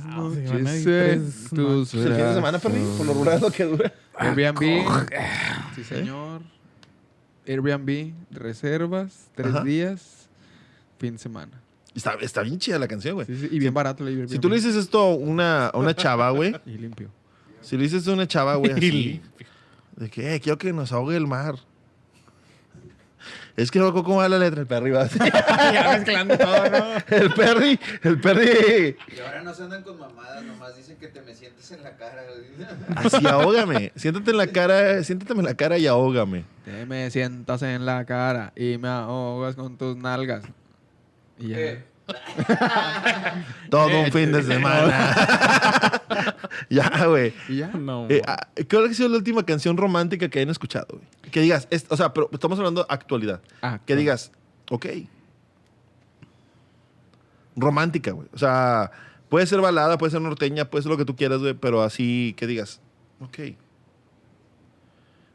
Ah, se van a ir
anochecer
tres
en
noches.
tus Ah,
Pues el fin de semana, Perry, por lo rural lo que dura.
Airbnb. Sí, señor. Airbnb, reservas, tres
Ajá.
días, fin de semana.
Está, está bien chida la canción, güey.
Sí, sí, y bien barato el Airbnb.
Si tú le dices esto a una, a una chava, güey.
Y limpio.
Si le dices a una chava, güey, así. De que, eh, quiero que nos ahogue el mar. Es que no me acuerdo cómo va la letra, el Perry va así.
Ya mezclando todo, ¿no?
El Perry, el Perry.
Y ahora no se andan con mamadas, nomás dicen que te me sientes en la cara. güey.
Así, ahógame. Siéntate en la cara, siéntate en la cara y ahógame.
Te me sientas en la cara y me ahogas con tus nalgas. Y ya.
Eh,
Todo un fin de semana. ya, güey.
Y ya.
No.
Eh, ah, ¿Cuál ha sido la última canción romántica que hayan escuchado? güey? Que digas, es- o sea, pero estamos hablando actualidad.
Ah,
Que
claro.
digas, ok. Romántica, güey. O sea, puede ser balada, puede ser norteña, puede ser lo que tú quieras, güey, pero así que digas, ok.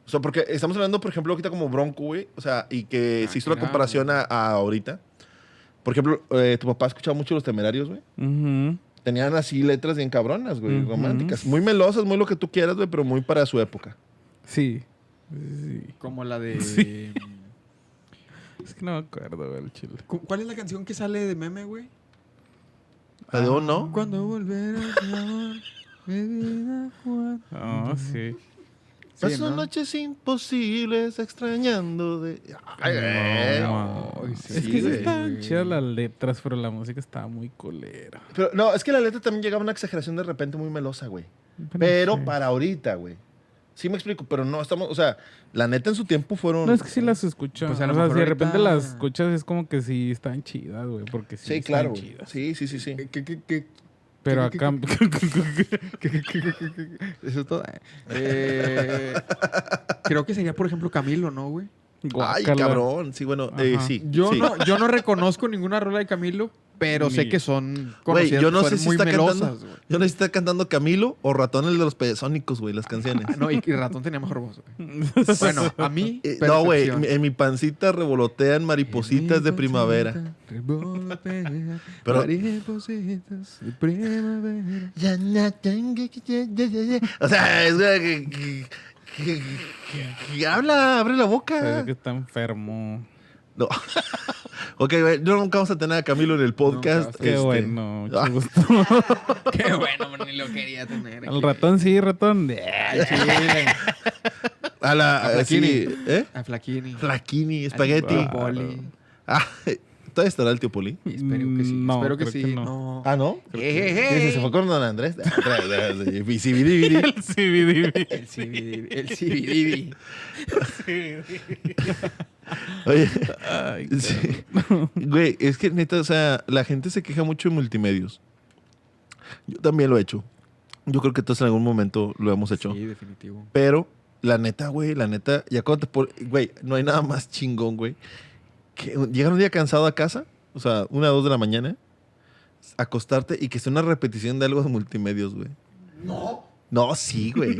O sea, porque estamos hablando, por ejemplo, ahorita como Bronco, güey, o sea, y que
Ah,
se hizo la
claro.
comparación a, a ahorita. Por ejemplo, eh, tu papá escuchaba mucho Los Temerarios, güey.
Ujú.
Tenían así letras bien cabronas, güey, románticas. Muy melosas, muy lo que tú quieras, güey, pero muy para su época.
Sí. Sí.
Como la de. mm,
Es que no me acuerdo, güey, el chile.
cu- ¿Cuál es la canción que sale de meme, güey?
¿La de o no?
Cuando volverás, mi amor, mi vida, Juan.
Oh, sí.
Sí,
Paso
¿no?
noches imposibles extrañando de... Ay, güey.
No,
Ay,
es
sí,
que sí
güey.
estaban chidas las letras, pero la música estaba muy colera.
Pero no, es que la letra también llegaba a una exageración de repente muy melosa, güey. Pero
sí.
para ahorita, güey. Sí me explico, pero no estamos, o sea, la neta en su tiempo fueron...
No es que si las escuchas.
Pues a lo
o sea,
mejor
si de repente
ahorita-
las escuchas es como que sí están chidas, güey. Porque sí,
Sí,
están
claro. güey.
chidas.
Sí, sí, sí, sí.
¿Qué- qué- qué- qué-
Pero
¿Qué-
acá.
qué- qué- qué- qué- qué- qué- Eso es todo. Eh, creo que sería, por ejemplo, Camilo, ¿no, güey?
Ay,
Guácala.
cabrón. Sí, bueno, eh,
Ajá.
sí.
Yo,
sí.
no, yo no reconozco ninguna rola de Camilo, pero sé
Ni-
que son
Güey,
conocidas
yo no
por
sé
ser
si
muy
está
melosas,
cantando.
güey.
Yo no sé si está cantando Camilo o Ratón el de los pedesónicos, güey, las canciones.
Ah, no, y, y Ratón tenía mejor voz, güey. Bueno, a mí.
Eh, no, güey,
perfección.
mi- en mi pancita revolotean maripositas de primavera.
Revolotea,
Pero-
maripositas de primavera.
Ya na tengo que- ya- ya- ya- ya. O sea, es güey, que, que- que- que- que habla, abre la
Parece
boca.
que está enfermo.
No. ok, güey, no, nunca vamos a tener a Camilo en el podcast.
Qué
este.
bueno. mucho
Ah.
gusto.
Qué bueno, ni lo quería tener.
Al ratón, sí, ratón.
Al chile.
A la.
A
sí,
Flaquini.
¿Eh?
A Flaquini.
Flaquini, espagueti.
Al Poli.
Ah, ¿Todavía estará el tío Poli?
Y Espero que sí.
Mm, No,
espero que
creo
sí.
que no.
no.
Ah, ¿no?
Ejejej.
Dice, se fue con don Andrés. Ah, Y si viri, viri.
El CBDB.
El CBDB. El CBDB.
Oye, sí. güey, es que neta, o sea, la gente se queja mucho de multimedios. Yo también lo he hecho. Yo creo que todos en algún momento lo hemos hecho.
Sí, definitivo.
Pero, la neta, güey, la neta, ya cuando te pon- Güey, no hay nada más chingón, güey. Que un- llegar un día cansado a casa, o sea, una o dos de la mañana, acostarte y que sea una repetición de algo de multimedios, güey.
No.
No, sí, güey.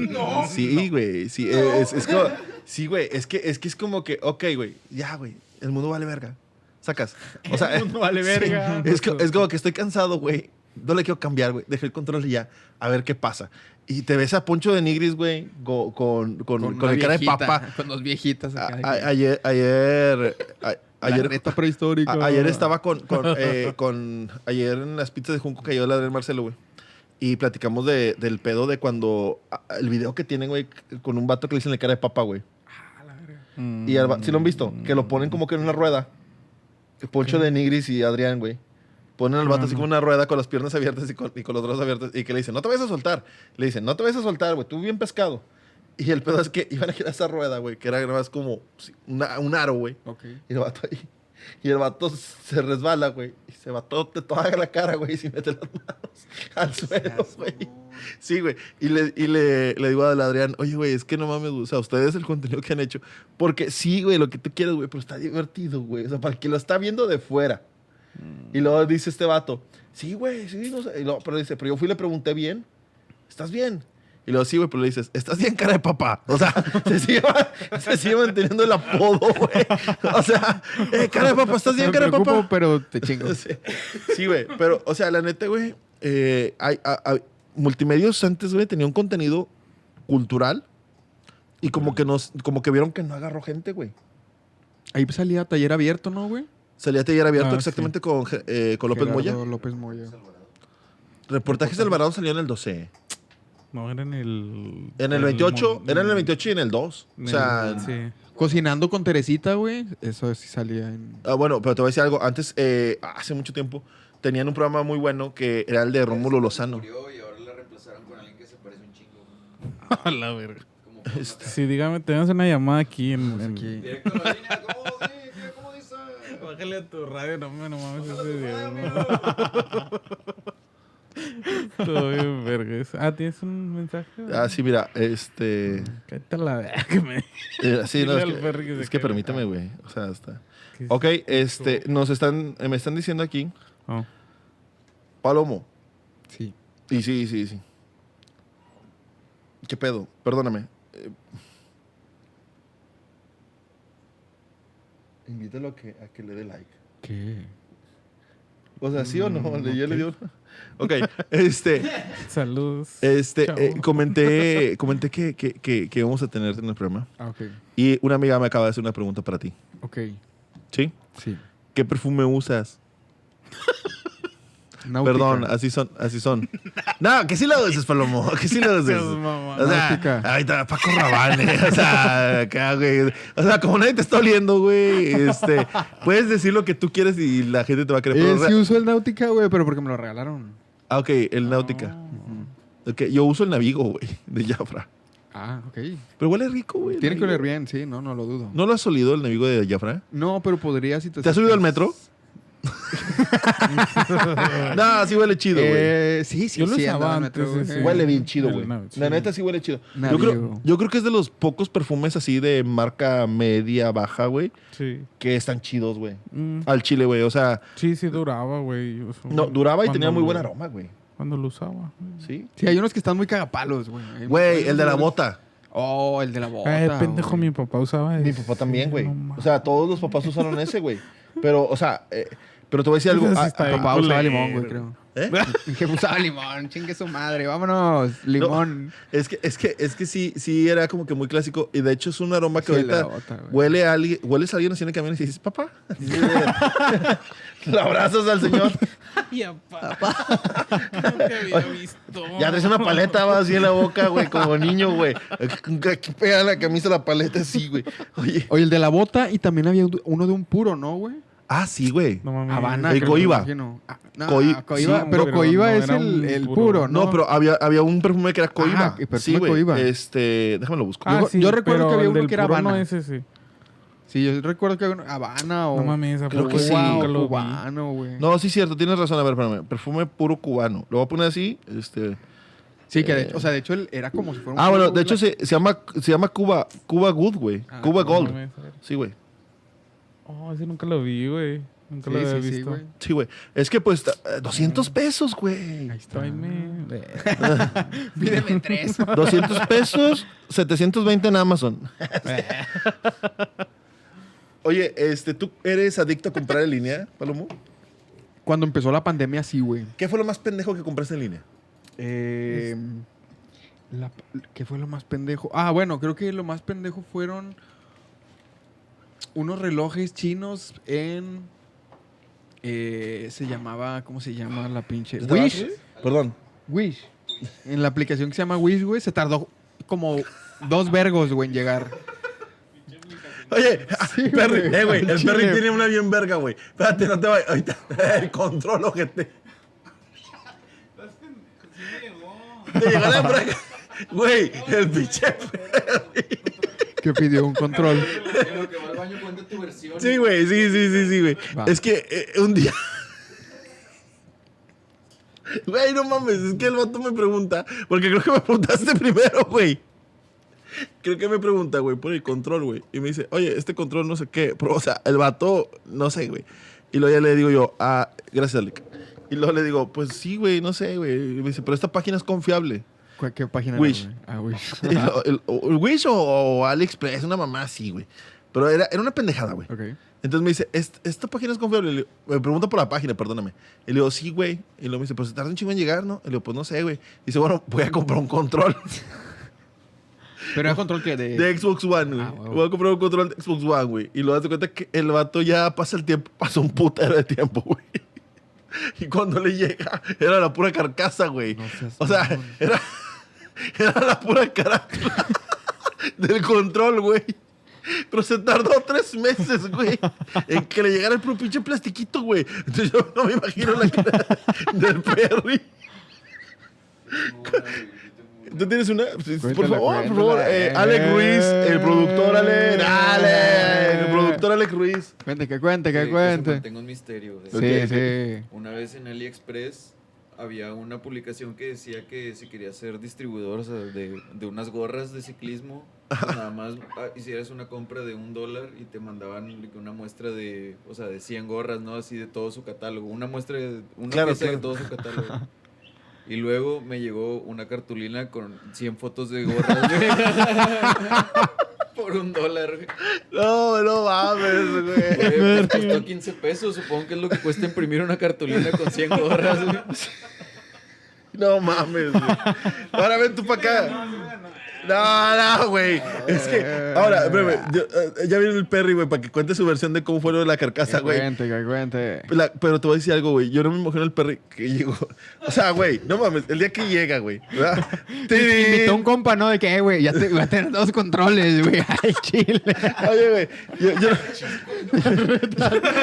Sí, güey. Sí, eh, es, es como. Sí, güey. Es que, es que es como que, ok, güey. Ya, güey. El mundo vale verga. Sacas. O sea, el mundo vale verga. Es, co- es como que estoy cansado, güey. No le quiero cambiar, güey. Dejé el control y ya. A ver qué pasa. Y te ves a Poncho de Nigris, güey, go- con, con, con,
una
el cara de
viejita,
papá.
Con dos viejitas
A-
acá. de que-
a- ayer, ayer, a-
La
ayer,
neta prehistórica.
a- ayer estaba con, con, eh, con- Ayer en las pizzas de Junco cayó el Adrián Marcelo, güey. Y platicamos de- del pedo de cuando. a- a- El video que tienen, güey, con un vato que le dicen la cara de papa, güey. Y al va- ¿sí lo han visto? Que lo ponen como que en una rueda. Poncho de Nigris y Adrián, güey. Ponen al vato así como en una rueda con las piernas abiertas y con, y con los brazos abiertos. Y que le dicen, no te vayas a soltar. Le dicen, no te vayas a soltar, güey. Tú bien pescado. Y el pedo es que iban a girar esa rueda, güey. Que era nada más como sí, una- un aro, güey.
Ok.
Y el vato ahí. Y el vato se resbala, güey. Y se va todo, te toda la cara, güey. Y se mete las manos al suelo, güey. Sí, güey. Y le, y le, le digo a Adrián, oye, güey, es que no mames, güey. o sea, ustedes el contenido que han hecho. Porque sí, güey, lo que tú quieres, güey, pero está divertido, güey. O sea, para el que lo está viendo de fuera.
Mm.
Y luego dice este vato, sí, güey, sí, no sé. Y luego, pero dice, pero yo fui y le pregunté bien, ¿estás bien? Y luego sí, güey, pero le dices, estás bien cara de papá. O sea, se sigue, ma- se sigue manteniendo el apodo, güey. O sea, eh, cara de papá, estás bien
Me
cara de
preocupo,
papá.
pero te chingo.
Sí, Sí, güey, pero, o sea, la neta, güey, eh, hay, a- a- multimedios antes, güey, tenía un contenido cultural y como que nos, como que vieron que no agarró gente, güey.
Ahí salía taller abierto, ¿no, güey?
Salía taller abierto
Ah,
exactamente con, Je- eh, con López Moya.
Gerardo López Moya.
Reportajes de Alvarado salió en el 12.
No, era en el.
En el 28,
mon-
era en el 28 y en el 2.
en
O
el-
sea,
sí.
Cocinando con Teresita, güey. Eso sí salía en.
ah, bueno, pero te voy a decir algo. Antes, eh, hace mucho tiempo, tenían un programa muy bueno que era el de Rómulo Lozano.
Murió y ahora la reemplazaron con alguien que se parece un chingo.
A la verga.
Como Paul McCartney.
Sí, dígame, tenemos una llamada aquí en. en-
Aquí.
Directo a la línea, ¿cómo dice? ¿Qué- ¿Cómo dice?
Bájale a tu radio, no, me- no mames.
Bájala
ese
tu
video,
madre,
no.
amigo.
Todo bien, verga. eso. Ah, ¿tienes un mensaje?
Ah, sí, mira, este.
Cállate la verga que me.
eh, sí, no,
Dile
es
al Ferry que Ah.
que,
se
es que
quede.
permíteme, güey. O sea, está.
que-
Ok, este, nos están, eh, me están diciendo aquí,
Oh.
Palomo.
Sí.
Y sí, sí, sí. ¿Qué pedo? Perdóname. Eh, Invítalo a que, a que le dé like.
¿Qué?
O sea, ¿sí o no?
Mm,
Le- ya le
ok.
dio una- Ok, este,
Saludos.
este,
Chao.
eh, comenté, comenté que, que, que, que íbamos a tenerte en el programa.
Ah, ok.
Y una amiga me acaba de hacer una pregunta para ti.
Ok.
¿Sí?
Sí.
¿Qué perfume usas?
Náutica.
Perdón, así son, así son. no, que sí lo uses, Palomo, que sí lo uses.
Gracias, mamá.
O sea,
Náutica.
ahí está Paco Rabanne. O sea, acá, güey. O sea, como nadie te está oliendo, güey, este, puedes decir lo que tú quieres y la gente te va a creer.
Eh,
Pero
sí
re-
uso el Náutica, güey, pero porque me lo regalaron.
Ah, ok, el Náutica. Ok, yo uso el Navigo, güey, de Jafra.
Ah, ok.
Pero huele rico, güey. el
Tiene que
Navigo.
oler bien, sí, no, no lo dudo. No,
¿No lo has olido el Navigo de Jafra?
pero podría si te...
¿Te has subido al metro? no, sí huele chido, güey.
Eh, sí, sí,
Yo lo
sí,
usaba
andaba en
antes,
metro,
sí,
güey.
Huele bien chido,
el
güey.
Navi-
La
sí.
neta sí huele chido. Yo
Navigo.
creo, yo creo que es de los pocos perfumes así de marca media, baja, güey,
Sí.
que están chidos, güey.
Mm,
Al chile, güey. O sea,
sí, sí duraba, güey. O sea,
no, duraba y
cuando
tenía muy
lo-
buen aroma, güey.
Cuando lo usaba.
Sí.
Sí, hay unos que están muy cagapalos, güey. Hay
Güey,
muchos-
el de la bota.
Oh, el de la bota.
Eh, pendejo,
güey.
mi papá usaba
Mi
ese,
papá también, güey.
no mames.
O sea, todos los papás usaron ese, güey. Pero, o sea, eh, pero te voy a decir algo.
Ese sí
Ah,
está
ah,
bien
Papá usaba
culero.
limón, güey, creo.
¿eh?
Mi jefe usaba limón, chingue su madre, vámonos, limón.
Es que, es que, es que sí, sí era como que muy clásico. Y de hecho es un aroma que
Sí, el de la
ahorita
bota, güey.
huele a alguien, hueles a alguien así en el camino y dices, papá. Lo abrazas al señor.
Ay, papá. No te había visto.
Ya traes una paleta va así en la boca, güey, como niño, güey. Aquí pega la camisa la paleta así, güey. Oye.
Oye, el de la bota y también había un- uno de un puro, ¿no, güey?
Ah, sí, güey.
No mames.
Habana.
El
creo,
Coiba.
me imagino. Ah, no,
Coi-
Coiba,
sí,
pero
pero
Coiba
no
es
era
el,
un
el puro,
puro.
¿no?
No, pero había, había un perfume que era coiba.
Ah, y perfume
sí, güey.
coiba.
Este, déjame lo busco.
Ah,
yo-
sí,
yo recuerdo
pero
que había
el
uno
del
que era
puro No
Habana.
es ese.
Sí, yo recuerdo que había una Habana o...
No mames, ¿a
Oh, Creo
poco
que sí.
nunca lo vi?
Oh, cubano, güey.
No, sí, cierto, tienes razón. A ver, espérame. Perfume puro cubano. Lo voy a poner así. Este.
Sí, que de hecho, o sea, de hecho él era como si fuera un
Ah, bueno,
puro
de hecho
blanco.
se, se llama, se llama Cuba, Cuba Good, güey.
Ah,
Cuba
No
Gold.
mames.
Sí, güey.
Oh, ese nunca lo vi, güey. Nunca
Sí,
lo había
sí, sí,
visto.
güey.
Sí, güey. Es que pues, eh, 200 pesos, güey.
Ahí está.
Ah.
Tráeme.
Pídeme tres.
200 pesos, 720 en Amazon. Oye, este, ¿tú eres adicto a comprar en línea, Palomo?
Cuando empezó la pandemia, sí, güey.
¿Qué fue lo más pendejo que compraste en línea?
Eh, la- ¿Qué fue lo más pendejo? Ah, bueno, creo que lo más pendejo fueron unos relojes chinos en... eh, se llamaba, ¿cómo se llama la pinche? Wish.
Perdón.
Wish. En la aplicación que se llama Wish, güey, se tardó como dos vergos, güey, en llegar.
Oye,
güey.
Perry, eh, güey, el
Chile.
Perry tiene una bien verga, güey. Espérate, no te vayas. Ahorita, el control, ojete. Te llegó la verga. Güey, el pinche.
Que pidió un control.
En lo que va al baño cuenta tu versión.
Sí, güey, sí, sí, sí, sí, güey.
Va.
Es que eh, un día. Güey, no mames, es que el vato me pregunta, porque creo que me preguntaste primero, güey. Creo que me pregunta, güey, por el control, güey. Y me dice, oye, este control no sé qué. Pero, o sea, el vato, no sé, güey. Y luego ya le digo yo, ah, gracias, Alec. Y luego le digo, pues sí, güey, no sé, güey. Y me dice, pero esta página es confiable.
¿Cuál- ¿Qué página
Wish.
Era, güey? ah, Wish.
Y lo- el, o- el Wish o, o AliExpress, una mamá así, güey. Pero era, era una pendejada, güey.
Ok.
Entonces me dice, "Est- ¿esta página es confiable? Y le- me pregunta por la página, perdóname. Y le digo, sí, güey. Y luego me dice, pues se tarda un chingo en llegar, ¿no? Y le digo, pues no sé, güey. Dice, bueno, voy a comprar un control
Pero era control que de...
de Xbox One, güey.
Ah, huevo.
Voy a comprar un control de Xbox One, güey. Y luego das cuenta que el vato ya pasa el tiempo, pasó un putero de tiempo, güey. Y cuando le llega, era la pura carcasa, güey.
No seas
o sea,
mamón.
era, era la pura carátula del control, güey. Pero se tardó tres meses, güey, en que le llegara el puro pinche plastiquito, güey. Entonces yo no me imagino la cara del Perry. ¿Tú tienes una? Pues, Por
Cuéntala,
favor, por
cuéntala. Eh.
favor. eh, Alec Ruiz, el productor Alec. Alec, el productor Alec Ruiz.
Cuente, que cuente,
Que-
que
que se
cuente.
mantenga un misterio.
Sí,
Ok,
sí.
Una vez en AliExpress había una publicación que decía que si querías ser distribuidor o sea, de, de unas gorras de ciclismo, pues nada más ah, hicieras una compra de un dólar y te mandaban de que una muestra de, o sea, de 100 gorras, ¿no? Así de todo su catálogo. Una muestra de, una
Claro,
pieza
claro.
de todo su catálogo. Y luego me llegó una cartulina con 100 fotos de gorras. güey. Por un dólar, güey.
No, no mames, güey.
Güey, pues, costó 15 pesos, supongo que es lo que cuesta imprimir una cartulina con 100 gorras, güey.
No mames, güey. Ahora ven tú para acá. No, no, güey. Es que, ahora, breve, yo, eh, ya viene el Perry, güey, para que cuente su versión de cómo fue lo de la carcasa,
Que
güey.
cuente, que cuente.
La- pero te voy a decir algo, güey. Yo no me imagino el Perry que llegó. O sea, güey, no mames, el día que llega, güey. ¿verdad?
Y- Invitó a un
¡Tirín!
compa, ¿no? De que, "Eh, güey, ya te voy a tener dos controles, güey. Al chile.
Oye, güey. Yo, yo,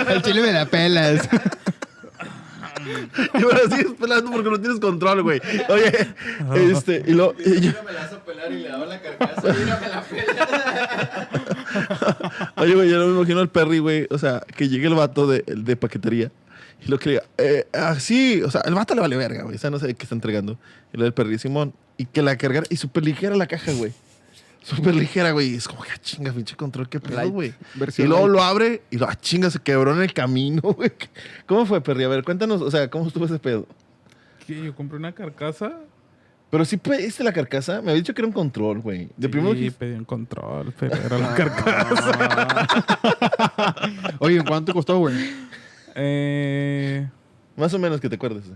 Al chile me la pelas.
yo me lo sigues pelando porque no tienes control, güey. Oye, este, y lo. y yo-
Mira, me la vas a pelar y le daba la carcasa. Mira, me la pela.
Oye, güey, yo no me imagino al Perry, güey. O sea, que llegue el vato de, el de paquetería y lo que le diga, eh, ah, sí, o sea, el vato le vale verga, güey. O sea, no sé qué está entregando. Y lo del Perry Simón. Y que la cargara, y súper ligera la caja, güey. Súper ligera, güey. Y es como que, ah, chinga, pinche control, qué pedo,
Light.
güey. Y
Versión
luego
light.
lo abre y lo, ah, chinga, se quebró en el camino, güey. ¿Cómo fue, Perry? A ver, cuéntanos, o sea, ¿cómo estuvo ese pedo?
¿Qué? Yo compré una carcasa.
Pero sí pediste la carcasa. Me había dicho que era un control, güey. De primero
y
dijiste-
pedí un control, pero era la carcasa.
Oye, ¿en cuánto costó, güey?
Eh,
más o menos que te acuerdes. ¿eh?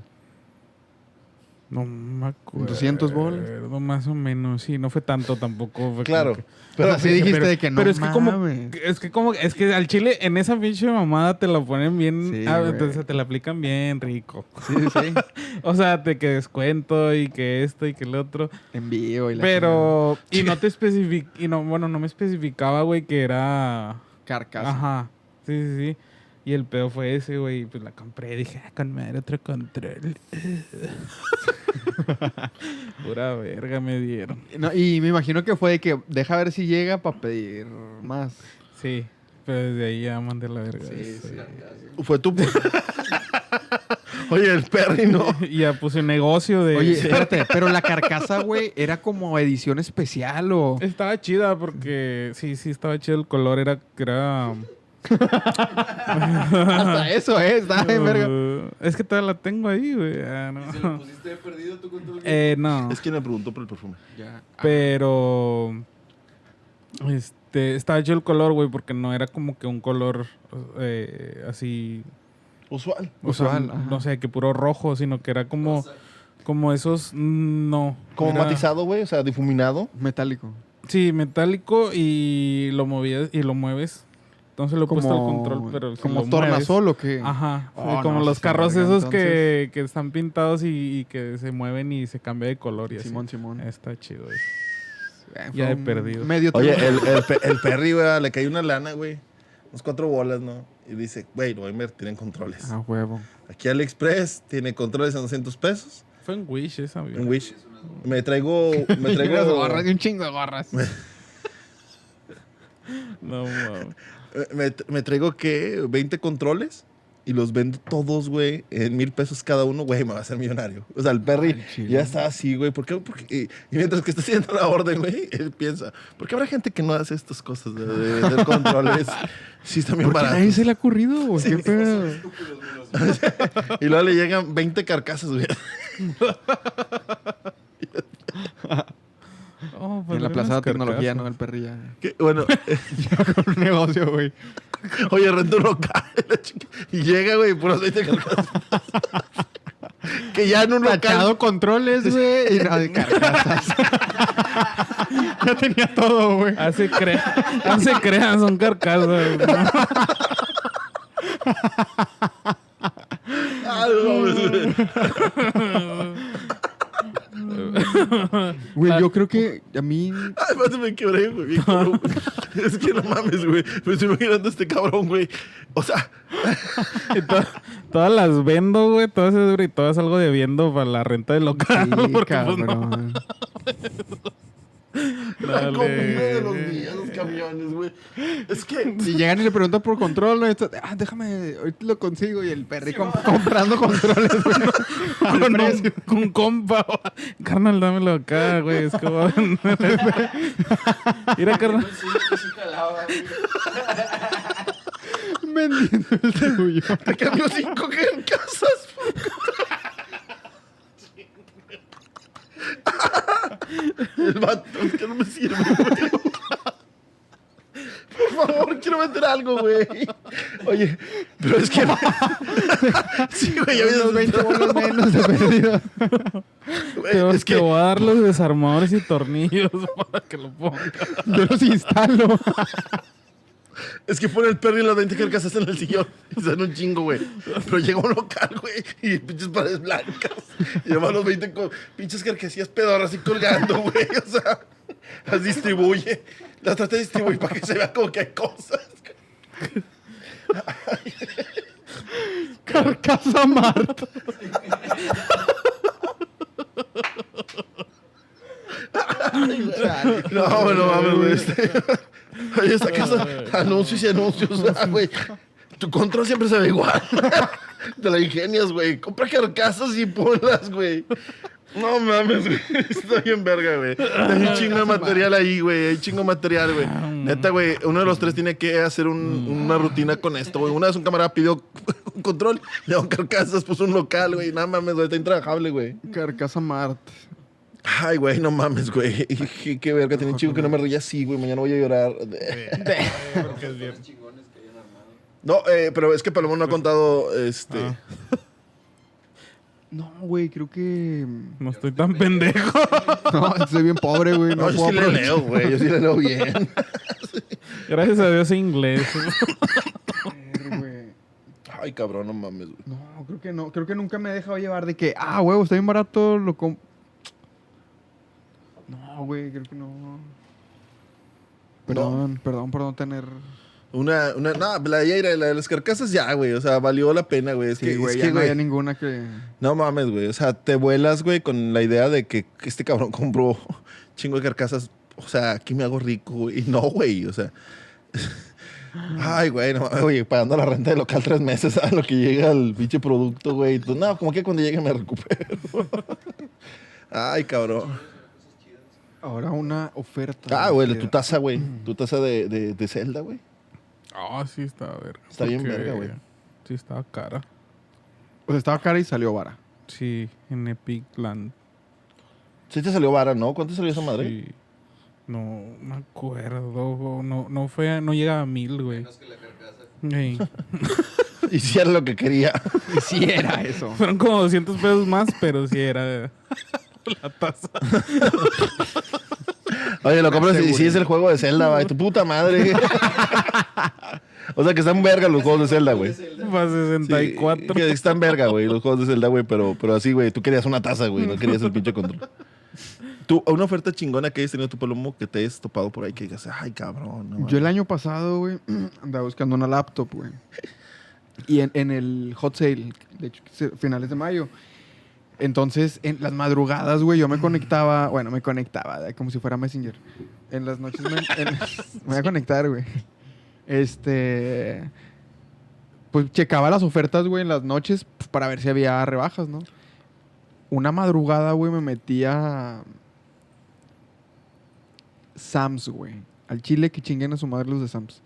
no me acuerdo.
200 bolas.
Más o menos, sí, no fue tanto tampoco. fue
Claro.
como que-
Pero
o sea, sí dijiste
pero-
de que no
Pero es que como,
mames.
es que como, es que al chile en esa pinche mamada te la ponen bien,
Sí,
ah,
güey.
entonces te la aplican bien rico.
Sí, sí.
O sea, de que descuento y que esto y que el otro.
En vivo y la
Pero, y no te especificaba, y no, bueno, no me especificaba, güey, que era...
chingada. carcasa.
Ajá. Sí, sí, sí. Y el pedo fue ese, güey. Pues la compré. Dije, ah, con madre, otro control. Pura verga me dieron.
No, y me imagino que fue de que deja ver si llega para pedir más.
Sí. Pero desde ahí ya mandé la verga.
Sí, sí.
Fue tu. Oye, el Perry, no.
Y ya puse un negocio de...
Oye, espérate, pero la carcasa, güey, era como edición especial o.
Estaba chida porque... Sí, sí, estaba chido el color. Era... era
Hasta eso es, dale, verga.
Uh, es que todavía la tengo ahí, güey. Ah,
¿Y se lo
no.
pusiste de perdido tú con tu
Eh, no.
Es que me preguntó por el perfume.
Ya.
Pero. Este. Estaba hecho el color, güey, porque no era como que un color eh, así.
Usual.
o sea,
Usual, ajá.
no sé, que puro rojo, sino que era como. Como esos. mm, No.
Como
Era-
matizado, güey, o sea, difuminado.
Metálico.
Sí, metálico y lo movías y lo mueves. Entonces lo he puesto al control, pero. si
como
lo
tornasol
mueves-
o qué.
Ajá.
Oh,
sí, como
no,
los
sí está
carros
verga,
esos que, que están pintados y, y que se mueven y se cambia de color y así.
Simón, Simón.
Está chido eso.
Eh, fue
ya he
un
perdido.
Medio
Oye,
truco.
el, el, pe- el Perry, güey, le cayó una lana, güey. Unas cuatro bolas, ¿no? Y dice, güey, lo voy a invertir en controles.
A huevo.
Aquí AliExpress tiene controles a 200 pesos.
Fue en Wish esa, güey.
En Wish. Me traigo. Me
Unas
traigo.
gorras, y un chingo de gorras.
No mames.
Eh, me, me traigo, ¿qué? 20 controles. Y los vendo todos, güey, en mil pesos cada uno, güey, me va a hacer millonario. O sea, el Perry
Al chile.
ya está así, güey. ¿Por qué? Porque- y, y mientras que está haciendo la orden, güey, él piensa, ¿por qué habrá gente que no hace estas cosas de, de vender controles? Sí, está bien
¿A
barato.
nadie se le ha ocurrido? güey? ¿Qué pedo?
Y luego le llegan 20 carcasas, güey.
Oh,
En
pues,
la plaza de
unas
tecnología, ¿no?
carcasas.
El perri ya.
Que, bueno,
Con un negocio, güey.
oye, renta un local. la chica- y llega, güey, puros 20 carcasas. que ya en un local.
Tachado controles, güey. Y nada de carcasas. ya tenía todo, güey.
Ah, se crea, ah, se crean, son carcasas. güey.
Ah, no mames, güey.
Güey, yo creo que a mí...
Ay, espérate, me quebré, güey. bien cabrón, güey. es que no mames, güey. Me estoy imaginando a este cabrón, güey. O sea,
Y to- todas las vendo, güey. Todas es y todas algo debiendo para la renta del local.
Sí,
porque pues, no,
cabrón.
la
dale.
comida de los niños, los camiones, güey. Es que.
Si llegan y le preguntan por control, ¿no? Esto- ah, déjame, ahorita lo consigo. Y el perri comp- comprando controles, güey. al
Con un,
precio.
con un compa, güey. Carnal, dámelo acá, güey. Es como. Mira, carnal.
Vendiendo el tuyo.
Te cambio cinco casas. El vato, es que no me sirve, güey. quiero meter algo, güey. Oye, pero es que. sí, güey, ya
Unos
habías
20 bolas menos de perdido.
güey, Es
que
que.
voy a dar los desarmadores y tornillos para que lo ponga.
Yo los instalo.
Es que pone el perro y las 20 carcas en el sillón. Y salen un chingo, güey. Pero llega un local, güey. Y pinches paredes blancas. Y lleva los 20 con pinches carcasías pedoras así colgando, güey. O sea, las distribuye. Las trata de distribuir para que se vea como que hay cosas.
Carcasa Marta.
No, güey, no mames, güey. Este- Oye, esta casa, anuncios y anuncios. ah, güey. Tu control siempre se ve igual. Te la ingenias, güey. Compra carcasas y ponlas, güey. No mames, güey. Estoy bien verga, güey. Hay un chingo de material ahí, güey. Hay chingo de material, güey. Neta, güey. Uno de los tres tiene que hacer un- una rutina con esto, güey. Una vez un camarada pidió un control, le dieron carcasas, puso un local, güey. No mames, güey. Está intrabajable, güey.
Carcasa Marte.
Ay, güey, no mames, güey. Qué, qué verga, tenía un chico que no me reía así, güey. Mañana voy a llorar. No, eh, pero es que Palomón no ha contado, este...
Ah. No, güey, creo que.
No estoy tan pendejo.
No, soy bien pobre, güey.
no,
No,
yo
puedo
sí le
aprovechar.
leo, güey. Yo sí le leo bien.
Gracias a Dios en inglés.
güey.
Ay, cabrón, no mames, güey.
No, creo que no. Creo que nunca me he dejado llevar de que, ah, huevo, está bien barato, lo com-". No, güey, creo que no. Perdón, perdón por no tener.
Una, una, no, la de la de las carcasas ya, güey. O sea, valió la pena, güey. Es
Sí,
que,
güey,
es
ya
que,
no
güey,
había ninguna que.
No mames, güey. O sea, te vuelas, güey, con la idea de que este cabrón compró chingo de carcasas. O sea, aquí me hago rico, güey. Y no, güey. O sea. Ay, güey, no mames, güey, pagando la renta de local tres meses a lo que llega el pinche producto, güey. Y tú, No, como que cuando llegue me recupero. Ay, cabrón.
Ahora una oferta.
Ah, güey,
que-
tu taza, güey. Tu taza de, de, de Zelda, güey.
Ah, sí, está verga.
Está bien
porque
verga, güey.
Sí, estaba cara.
O sea, estaba cara y salió vara.
Sí, en Epic Land.
Sí te salió vara, ¿no? ¿Cuánto salió esa madre?
Sí. No me acuerdo. No, no fue, no llegaba a mil, güey.
que la carcasa.
Ey.
Hiciera lo que quería. Ah,
Hiciera eso.
Fueron como 200 pesos más, pero sí era la taza.
Oye, lo compras y si es el juego de Zelda, güey. Tu puta madre. o sea, que están verga los juegos de Zelda, güey.
Para 64.
Sí, que están verga, güey, los juegos de Zelda, güey. Pero, pero así, güey, tú querías una taza, güey. No querías el pinche control. Tú, una oferta chingona que hayas tenido tu palomo que te hayas topado por ahí que digas, ay, cabrón. No,
Yo el año pasado, güey, andaba buscando una laptop, güey. Y en, en el hot sale, de hecho, que se- finales de mayo. Entonces, en las madrugadas, güey, yo me conectaba, bueno, me conectaba, eh, como si fuera Messenger. En las noches me, en- me voy a conectar, güey. Este. Pues checaba las ofertas, güey, en las noches pues, para ver si había rebajas, ¿no? Una madrugada, güey, me metía Sams, güey. Al chile que chinguen a su madre los de Sams.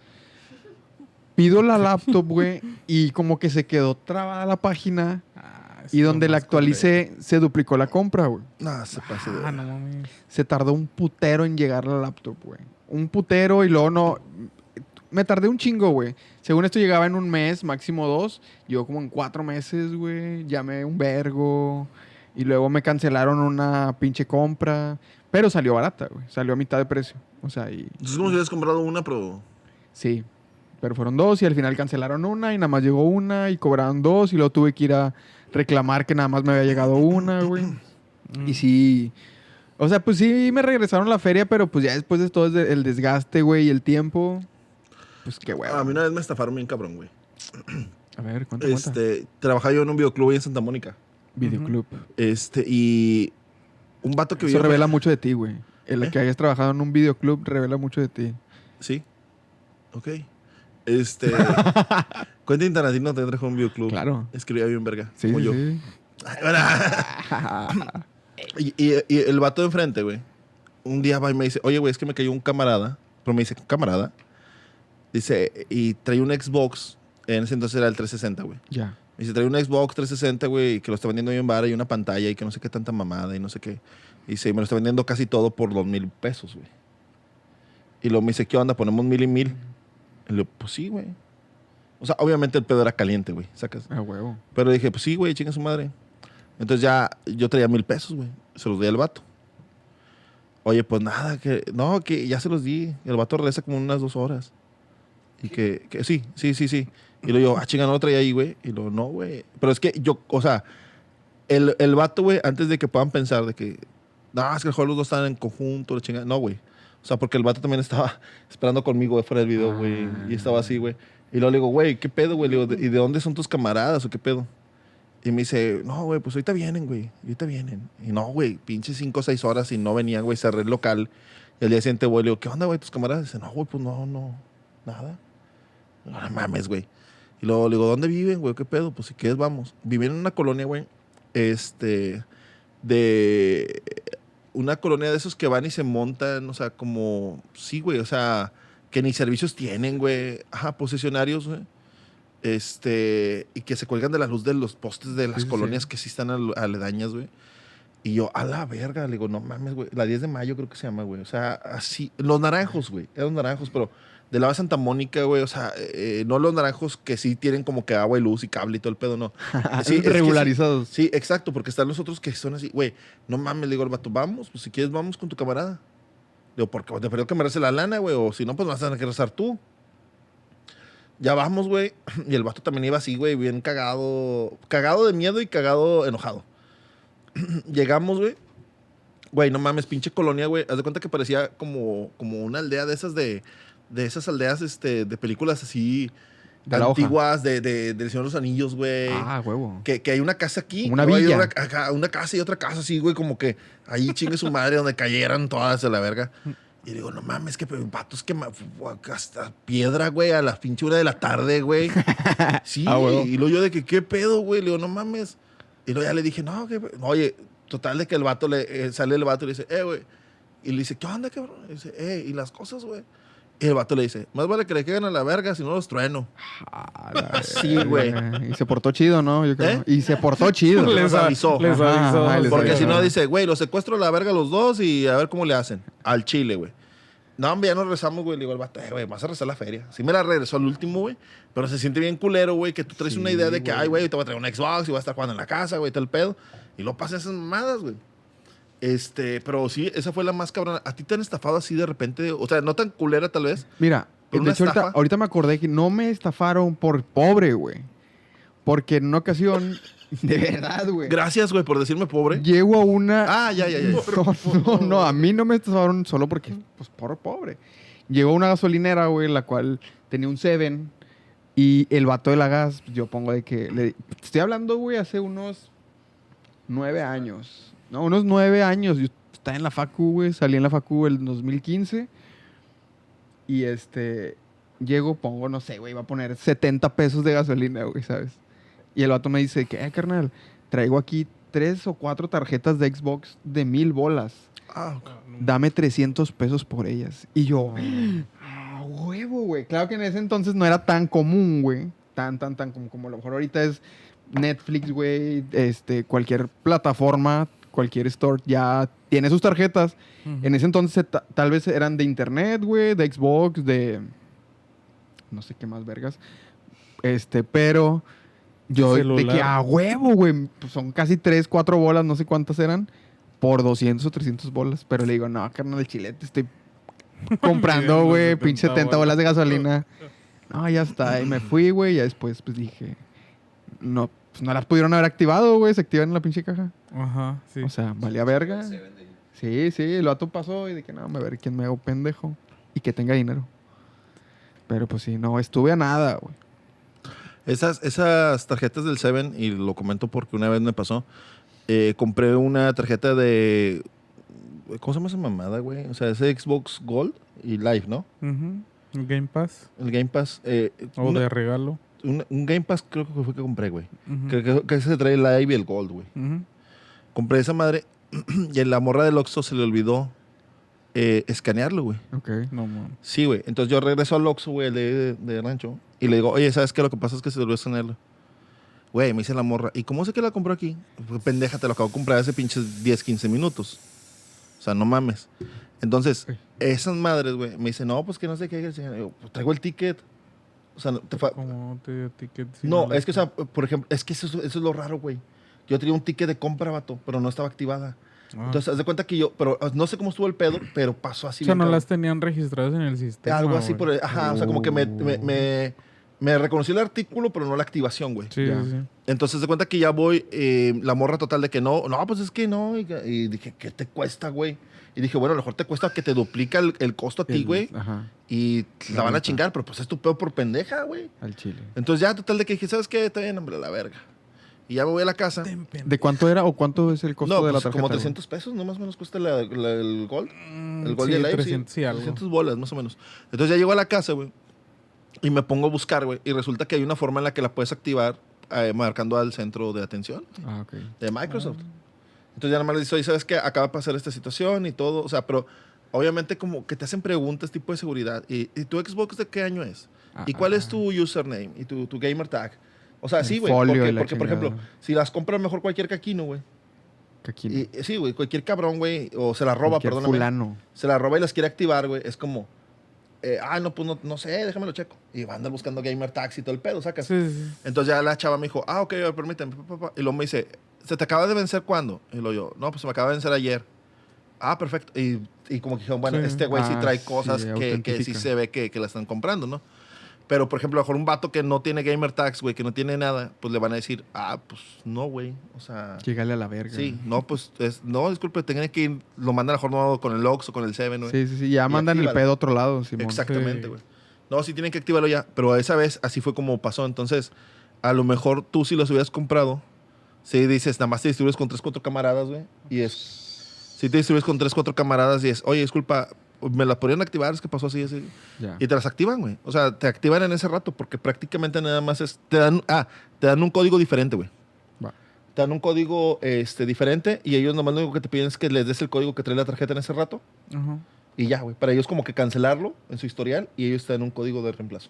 Pido la laptop, güey, y como que se quedó trabada la página.
Ah, es
Y
lo
donde la
más correcto.
actualicé, se duplicó la compra, güey.
no se pase de
Ah,
verga.
no mames.
Se tardó un putero en llegar la laptop, güey. Un putero y luego no. Me tardé un chingo, güey. Según esto llegaba en un mes, máximo dos. Yo como en cuatro meses, güey. Llamé un vergo. Y luego me cancelaron una pinche compra. Pero salió barata, güey. Salió a mitad de precio. O sea, y
Entonces, como si hubieras comprado una, pero.
Sí. Pero fueron dos y al final cancelaron una y nada más llegó una y cobraron dos y luego tuve que ir a reclamar que nada más me había llegado una, güey. y sí. O sea, pues sí me regresaron la feria, pero pues ya después de todo el desgaste, güey, y el tiempo. Pues qué huevo.
A mí una vez me estafaron bien, cabrón, güey.
A ver, cuenta, cuenta.
Este, trabajaba yo en un videoclub ahí en Santa Mónica.
Videoclub.
Este, y. Un vato que
Eso
vivía.
revela mucho de ti, güey. El
¿Eh?
que hayas trabajado en un videoclub revela mucho de ti.
Sí. Ok. Este. Quentin Tarantino te trajo un videoclub.
Claro.
Escribía bien verga.
Sí,
como
sí,
yo.
sí.
Y, y- y el vato de enfrente, güey. Un día va y me dice, oye, güey, es que me cayó un camarada. Pero me dice, camarada. Dice, y trae un Xbox. En ese entonces era el 360, güey.
Ya.
Me dice, trae un Xbox 360, güey, que lo está vendiendo bien vara y una pantalla y que no sé qué tanta mamada y no sé qué. Y dice, y me lo está vendiendo casi todo por dos mil pesos, güey. Y luego me dice, ¿qué onda? Ponemos mil y mil. Y le digo, pues sí, güey. O sea, obviamente el pedo era caliente, güey, sacas.
A huevo.
Pero dije, pues sí, güey, chinga su madre. Entonces ya yo traía mil pesos, güey. Se los di al vato. Oye, pues nada, que no, que ya se los di. Y el vato regresa como en unas dos horas. Y que, que sí, sí, sí, sí. Y luego yo, ah, chinga, no lo traía ahí, güey. Y luego, no, güey. Pero es que yo, o sea, el, el vato, güey, antes de que puedan pensar de que, no, es que a lo mejor los dos están en conjunto, la chingada. No, güey. O sea, porque el vato también estaba esperando conmigo güey, fuera del video, güey. Y estaba así, güey. Y luego le digo, güey, ¿qué pedo, güey? Le digo, ¿y de dónde son tus camaradas o qué pedo? Y me dice, no, güey, pues ahorita vienen, güey. Ahorita vienen. Y no, güey, pinche cinco o seis horas y no venían, güey. Cerré el local. Y al día siguiente, güey, le digo, ¿qué onda, güey, tus camaradas? Dice, no, güey, pues no, no, nada. Le digo, No mames, güey. Y luego le digo, ¿dónde viven, güey? ¿Qué pedo? Pues si quieres, vamos. Vivían en una colonia, güey, este, de una colonia de esos que van y se montan, o sea, como, sí, güey, o sea, que ni servicios tienen, güey. Ajá, posesionarios, güey. Este, y que se cuelgan de la luz de los postes de las
Sí, sí,
colonias
sí.
que sí están al- aledañas, güey. Y yo, a la verga, le digo, no mames, güey. La 10 de mayo creo que se llama, güey. O sea, así. Los naranjos, güey. Eran los naranjos, pero de la Santa Mónica, güey. O sea, eh, no los naranjos que sí tienen como que agua y luz y cable y todo el pedo, no. Sí, es que sí.
regularizados.
Sí, exacto, porque están los otros que son así, güey, no mames, le digo al vato, vamos, pues si quieres vamos con tu camarada. Le digo, porque te perdió que merece la lana, güey, o si no, pues me vas a tener que rezar tú. Ya vamos, güey, y el vato también iba así, güey, bien cagado, cagado de miedo y cagado enojado. Llegamos, güey, güey, no mames, pinche colonia, güey, haz de cuenta que parecía como, como una aldea de esas de, de esas aldeas, este, de películas así...
De la hoja.
antiguas, de, de, del Señor de los Anillos, güey.
Ah, huevo.
Que, que hay una casa aquí.
Una
luego hay
villa.
otra- acá, una casa y otra casa así, güey, como que ahí chingue su madre donde cayeran todas a la verga. Y digo, no mames, que patos que ma- fu- acá hasta piedra, güey, a las pinche una de la tarde, güey. Sí,
Ah, huevo.
y luego yo de que, ¿qué pedo, güey? Le digo, no mames. Y luego ya le dije, no, que, no, oye, total de que el vato le, eh, sale el vato y le dice, eh, güey. Y le dice, ¿qué onda, cabrón? Y dice, eh, y las cosas, güey. Y el vato le dice, más vale que le caigan a la verga si no los trueno.
Ah, la
Sí,
verga.
güey.
Y se portó chido, ¿no? Yo creo.
¿Eh?
Y se portó chido.
Les
a-
avisó.
Les
Ajá,
avisó.
ajá, les
Porque
Sí,
si no
ajá.
dice, güey, los secuestro a la verga los dos y a ver cómo le hacen. Al Chile, güey. No, hombre, ya nos rezamos, güey. Le digo al vato, "Eh, güey, vas a rezar la feria. Sí me la regresó al último, güey. Pero se siente bien culero, güey, que tú traes una idea de que, ay, güey, te voy a traer un Xbox y voy a estar jugando en la casa, güey, tal pedo. Y luego pasan esas mamadas, güey. Este, pero sí, esa fue la más cabrona. ¿A ti te han estafado así de repente? O sea, no tan culera tal vez.
Mira,
¿Por
de
una
hecho, ahorita,
estafa?
ahorita me acordé que no me estafaron por pobre, güey. Porque en una ocasión, de verdad, güey.
Gracias, güey, por decirme pobre.
Llego a una.
Ah, ya, ya, ya. ya.
No, no, no, a mí no me estafaron solo porque, pues, por pobre. Llegó una gasolinera, güey, la cual tenía un Seven. Y el vato de la gas, pues, yo pongo de que. le- estoy hablando, güey, hace unos nueve años. No, unos nueve años. Yo estaba en la Facu, güey. Salí en la Facu el 2015. Y este. Llego, pongo, no sé, güey, iba a poner 70 pesos de gasolina, güey, ¿sabes? Y el vato me dice, que, eh, carnal? Traigo aquí tres o cuatro tarjetas de Xbox de mil bolas.
Ah,
Dame 300 pesos por ellas. Y yo, ah, huevo, güey. Claro que en ese entonces no era tan común, güey. Tan, tan, tan como, como a lo mejor ahorita es Netflix, güey. Este, cualquier plataforma, cualquier store ya tiene sus tarjetas. En ese entonces eh, ta- tal vez eran de internet, güey, de Xbox, de... No sé qué más vergas. Este, pero... Yo de
Celular.
que a huevo, güey. pues son casi 3, 4 bolas, no sé cuántas eran. Por 200 o 300 bolas. Pero le digo, no, carnal, el chile te estoy comprando,
Pidiendo
güey,
70
pinche 70 bolas de gasolina. No, ya está. Y me fui, güey. Y después, pues dije, no, pues no las pudieron haber activado, güey. Se activan en la pinche caja.
Mm. Ajá, sí.
O sea, valía verga.
Se vende ahí.
Sí, sí, el vato pasó y de que no, me ver quién me hago pendejo y que tenga dinero. Pero pues sí, no, estuve a nada, güey.
Esas, esas tarjetas del Seven, y lo comento porque una vez me pasó, eh, compré una tarjeta de... ¿Cómo se llama esa mamada, güey? O sea, es Xbox Gold y Live, ¿no?
Ujú. Game Pass.
El Game Pass. eh,
Ah, O
una-
de regalo.
un, un Game Pass creo que fue que compré, güey.
Ujú.
Que, que, que se trae el Live y el Gold, güey.
Ujú.
Compré esa madre y en la morra del Oxxo se le olvidó eh, escanearlo, güey.
Ok.
No, mames.
Sí, güey. Entonces yo regreso al Oxxo, güey, de, de rancho. Y le digo, oye, ¿sabes qué? Lo que pasa es que se debió tenerlo. Güey, me dice la morra. ¿Y cómo sé que la compró aquí? Pues, pendeja, te lo acabo de comprar hace pinches 10, 15 minutos. O sea, no mames. Entonces, esas madres, güey, me dicen, no, pues que no sé qué. Y yo, pues traigo el ticket. O sea, no- te fa-
Como te dio ticket. si
no,
la-
es que, o sea, por ejemplo, es que eso, es- eso es lo raro, güey. Yo tenía un ticket de compra, vato, pero no estaba activada.
Ah.
Entonces, haz de cuenta que yo, pero ah, no sé cómo estuvo el pedo, pero pasó así.
o sea,
bien
no
cabrón.
las tenían registradas en el sistema.
Algo así,
güey.
por el- ajá, o sea, como que me, me, me, me reconoció el artículo, pero no la activación, güey.
Sí,
Ya.
sí, sí.
Entonces, de cuenta que ya voy, eh, la morra total de que no, no, pues es que no. Y, y dije, ¿qué te cuesta, güey? Y dije, bueno, a lo mejor te cuesta que te duplica el, el costo a ti,
El-
güey.
Ajá,
Y la van a
neta.
chingar, pero pues es tu pedo por pendeja, güey.
al chile.
Entonces ya total de que dije, ¿sabes qué? Está bien, hombre, a la verga. Y ya me voy a la casa.
¿De cuánto era o cuánto es el costo
No,
de la
pues,
tarjeta?
como
güey?
300 pesos, no más o menos cuesta la- la- el gol. El gol
sí,
de Leipzig.
300 y algo.
300 bolas, más o menos. Entonces ya llego a la casa, güey. Y me pongo a buscar, güey. Y resulta que hay una forma en la que la puedes activar eh, marcando al centro de atención
Ah, ok.
de Microsoft.
Ah.
Entonces ya nomás le dices, oye, ¿sabes qué? Acaba de pasar esta situación y todo. O sea, pero obviamente como que te hacen preguntas tipo de seguridad. ¿Y, y tu Xbox de qué año es?
Ah,
¿Y cuál es tu username? ¿Y tu, tu gamer tag? O sea,
El
sí, güey.
folio
Porque,
y la
porque, por ejemplo,
chingada.
si las compra mejor cualquier caquino, güey.
Caquín.
Y- y Sí, güey. Cualquier cabrón, güey. O se la roba,
Cualquier
perdóname
Fulano.
se la roba y las quiere activar, güey, es como, eh, ah, no, pues no, no sé, déjamelo checo. Y va a andar buscando gamer tax y todo el pedo, sacas.
Sí, sí, sí.
Entonces ya la chava me dijo, ah, ok, a ver, permíteme. pa, pa, pa. Y luego me dice, ¿se te acaba de vencer cuándo? Y lo yo, no, pues se me acaba de vencer ayer. Ah, perfecto. Y, y como que dijeron, bueno,
Sí.
este güey sí
Ah,
trae
sí,
cosas que, que sí
autentifica.
se ve que, que la están comprando, ¿no? Pero, por ejemplo, a lo mejor un vato que no tiene gamer tax, güey, que no tiene nada, pues le van a decir, ah, pues no, güey. O sea,
Llegale a la verga.
sí, no, pues, es- no, disculpe, tengan que ir, lo mandan a lo mejor no, con el Ox o con el Seven, güey.
Sí, sí, sí. Ya
Y
mandan el
actívala.
pedo a otro lado, Simón.
Exactamente,
Sí.
güey. No, sí tienen que activarlo ya. Pero esa vez así fue como pasó. Entonces, a lo mejor tú si los hubieras comprado, si dices, nada más te distribuyes con tres, cuatro camaradas, güey. Y es... Si te distribuyes con tres, cuatro camaradas y es, oye, disculpa, me la podrían activar, es que pasó así, así.
Ya.
Y te las activan, güey. O sea, te activan en ese rato porque prácticamente nada más es... Te dan, ah, te dan un código diferente, güey.
Va.
Te dan un código este, diferente y ellos nomás lo único que te piden es que les des el código que trae la tarjeta en ese rato.
Ajá.
Y ya, güey. Para ellos como que cancelarlo en su historial y ellos te dan un código de reemplazo.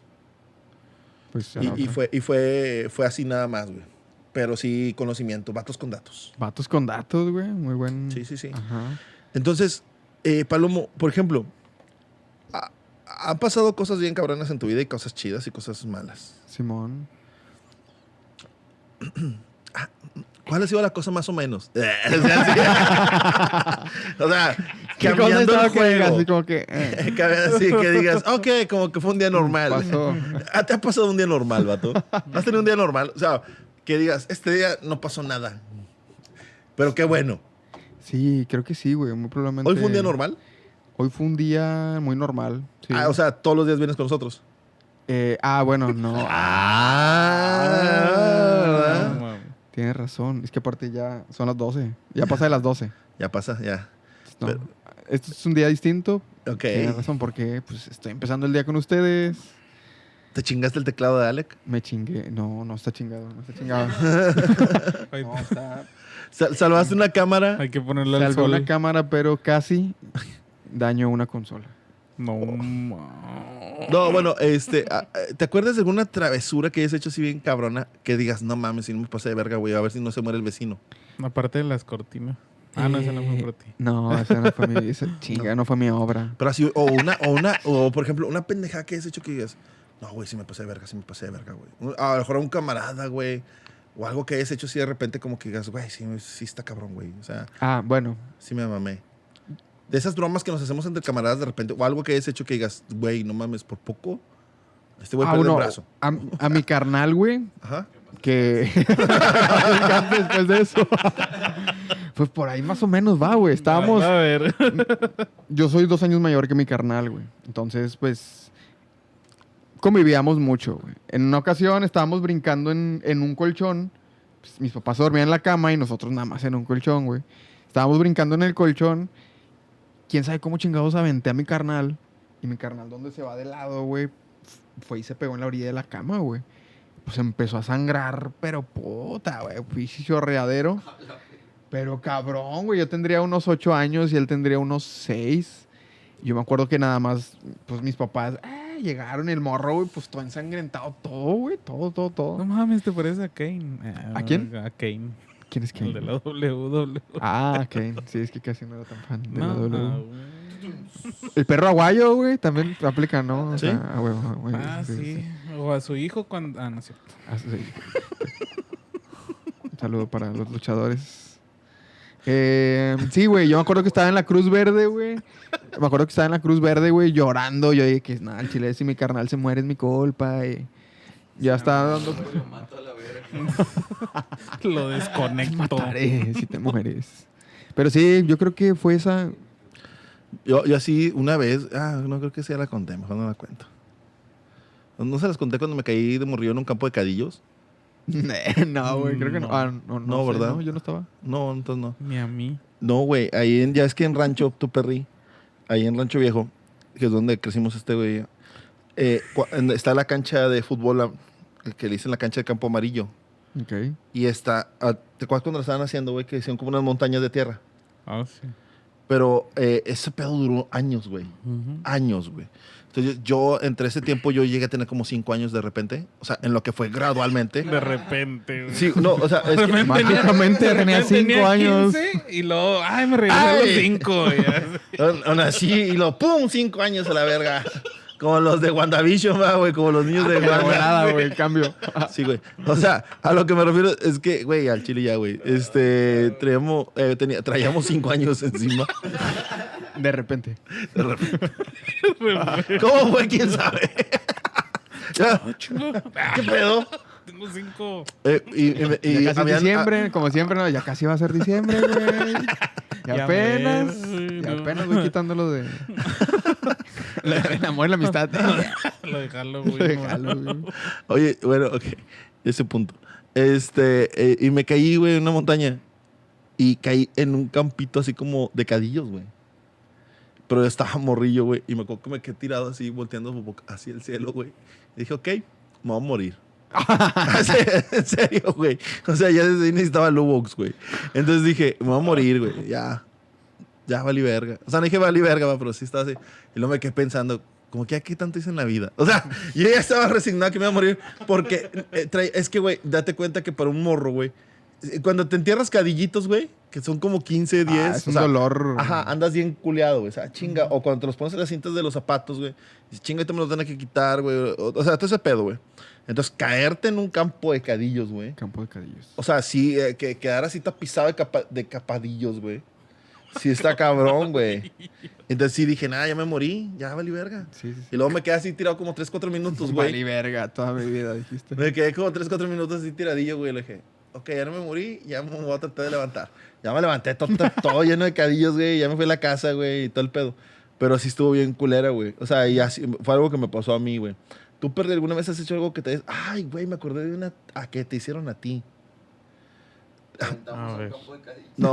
Pues ya
Y,
la
y
otra.
fue, y fue, fue así nada más, güey. Pero sí conocimiento, vatos con datos.
Vatos con datos, güey. Muy buen.
Sí, sí, sí.
Ajá.
Entonces, eh, Palomo, por ejemplo, ha- han pasado cosas bien cabronas en tu vida y cosas chidas y cosas malas.
Simón.
¿Cuál ha sido la cosa más o menos? o sea, sí. O sea, cambiando el
que digas, así
juego.
como que. eh,
Cabe- sí, que digas, ok, como que fue un día normal.
pasó.
Ah, ¿Te ha pasado un día normal, vato? ¿Has tenido un día normal? O sea, que digas, este día no pasó nada. Pero qué bueno.
Sí, creo que sí, güey. Muy probablemente.
¿Hoy fue un día normal?
Hoy fue un día muy normal. Sí.
Ah, o sea, todos los días vienes con nosotros.
Eh, ah, bueno, no. Ah,
No,
Ah.
mames.
Tienes razón. Es que aparte ya son las 12. Ya pasa de las 12.
Ya pasa, ya.
No.
Pero-
Esto es un día distinto.
Ok.
Tienes razón, porque pues estoy empezando el día con ustedes.
¿Te chingaste el teclado de Alec?
Me chingué. No, no está chingado, no está chingado.
Ahí
No,
está.
está.
Sal- ¿Salvaste una cámara?
Hay que ponerle al
Salvo
sol.
una cámara, pero casi daño una consola.
No, ma-
No, bueno, este, ah, ah, ¿te acuerdas de alguna travesura que hayas hecho así bien cabrona? Que digas, no mames, si no me pasé de verga, güey, a ver si no se muere el vecino.
Aparte de las cortinas. Ah, no, esa no fue
Eh,
para ti.
No, esa no fue mi, esa- chinga, no. fue mi obra.
Pero así, o una, o una, o por ejemplo, una pendejada que has hecho que digas, no, güey, sí me pasé de verga, sí me pasé de verga, güey. Un- A lo mejor a un camarada, güey, o algo que hayas hecho así de repente como que digas, güey, sí, sí está cabrón, güey. O sea,
Ah, bueno,
sí me mamé. De esas bromas que nos hacemos entre camaradas de repente, o algo que hayas hecho que digas, güey, no mames, por poco, este güey
ah,
pierde
uno,
el brazo.
a, a mi carnal, güey,
Ajá.
que después de eso. pues por ahí más o menos va, güey. Estábamos,
A ver.
yo soy dos años mayor que mi carnal, güey. Entonces, pues, convivíamos mucho, güey. En una ocasión estábamos brincando en, en un colchón. Pues, mis papás se dormían en la cama y nosotros nada más en un colchón, güey. Estábamos brincando en el colchón. Quién sabe cómo chingados aventé a mi carnal. Y mi carnal, donde se va de lado, güey, fue y se pegó en la orilla de la cama, güey. Pues empezó a sangrar, pero puta, güey. Pinche chorreadero. Pero cabrón, güey, yo tendría unos ocho años y él tendría unos seis. Yo me acuerdo que nada más, pues mis papás ah, llegaron, el morro, güey, pues todo ensangrentado, todo, güey, todo, todo,
No
todo.
mames, te parece a Kane. Ah,
¿A quién?
A Kane.
¿Quién es
El
quién?
de la WW.
Ah, Kane. Sí, es que casi no era tan fan de la
No,
W. E?
ah, güey.
El perro aguayo, güey, también aplica, ¿no? O
¿Sí?
sea, a huevo, a huevo,
Ah, sí. O o a su hijo cuando. Ah, no es cierto.
Ah, sí. Un saludo para los luchadores. Eh, sí, güey, yo me acuerdo que estaba en la Cruz Verde, güey. Me acuerdo que estaba en la Cruz Verde, güey, llorando. Yo dije que, nada, el chile, si mi carnal se muere es mi culpa. Y ya estaba dando...
Lo mato a la verga.
Lo desconecto.
Mataré si te mueres. Pero sí, yo creo que fue esa...
Yo, yo así una vez, ah, no creo que sea la conté, mejor no la cuento. No, no se las conté cuando me caí de morrillo en un campo de cadillos.
no, güey, creo que no.
No.
Ah, no, no,
No,
sé,
¿verdad?
no, yo no estaba.
No, entonces no.
Ni a mí.
No, güey, ahí en- ya es que en Rancho Tu Perri, ahí en Rancho Viejo, que es donde crecimos este güey, eh, cua- en- está la cancha de fútbol la- que le dicen la cancha de campo amarillo.
Ok.
Y está, ah, ¿te acuerdas cuando la estaban haciendo, güey? Que hicieron como unas montañas de tierra.
Ah, sí.
Pero eh, ese pedo duró años, güey. Años, güey. Entonces yo, entre ese tiempo, yo llegué a tener como cinco años de repente. O sea, en lo que fue gradualmente.
De repente, güey.
Sí, no, o sea, es que-
mágicamente
de
tenía
repente
cinco años.
15 y luego, ay, me regresé a los
Ay.
5.
Aún así, y lo pum, cinco años a la verga. Como los de WandaVision, va, güey, como los niños de
La
Wanda.
volada, güey, cambio.
Sí, güey. O sea, a lo que me refiero es que, güey, al chile ya, güey. Este, traíamos, eh, tenía- traíamos cinco años encima.
De repente.
De repente. ¿Cómo fue? ¿Quién sabe? Ya,
Ah,
¿Qué pedo?
Tengo 5.
Eh, y y- y
Ya casi
habían-
diciembre, como siempre, no, ya casi va a ser diciembre, güey. Y
Ya
apenas,
ves, güey,
y
no.
apenas voy quitándolo de. Lo del amor y la amistad.
Lo de Halloween.
Lo de
güey.
Halloween.
ah, Oye, bueno, ok. Ese punto. Este, eh, y me caí, güey, en una montaña. Y caí en un campito así como de cadillos, güey. Pero yo estaba morrillo, güey. Y me acuerdo que me quedé tirado así, volteando boca- hacia el cielo, güey. Y dije, ok, me voy a morir. Así, en serio, güey. O sea, ya desde ahí necesitaba Lubox, güey. Entonces dije, me voy a morir, güey. Ya. Ya valí verga. O sea, no dije valí verga, va, pero sí estaba así. Y luego me quedé pensando, como que aquí tanto hice en la vida. O sea, yo ya estaba resignado que me iba a morir porque eh, trae- es que, güey, date cuenta que para un morro, güey, eh, cuando te entierras cadillitos, güey, que son como 15, 10.
Ah, es
o
un
sea,
dolor.
Ajá, andas bien culeado, güey. O sea, chinga. O cuando te los pones en las cintas de los zapatos, güey. Dices, chinga, esto me lo tienen que quitar, güey. O, o sea, todo ese pedo, güey. Entonces, caerte en un campo de cadillos, güey.
Campo de cadillos.
O sea, sí, eh, que quedar así tapizado de, capa- de capadillos, güey. Sí, está cabrón, güey. Entonces sí dije, nada, ya me morí, ya valí verga.
Sí, sí, sí.
Y luego me quedé así tirado como 3, 4 minutos,
Vale,
güey.
verga, toda mi vida dijiste.
Me quedé como 3, 4 minutos así tiradillo, güey. Le dije, ok, ya no me morí, ya me voy a tratar de levantar. Ya me levanté todo, todo- todo lleno de cadillos, güey. Ya me fui a la casa, güey, y todo el pedo. Pero sí estuvo bien culera, güey. O sea, y así, fue algo que me pasó a mí, güey. ¿Tú, Perry, alguna vez has hecho algo que te... Ay, güey, me acordé de una... A que te hicieron a ti.
Aventamos
A
un
ver.
campo de cadillos.
No.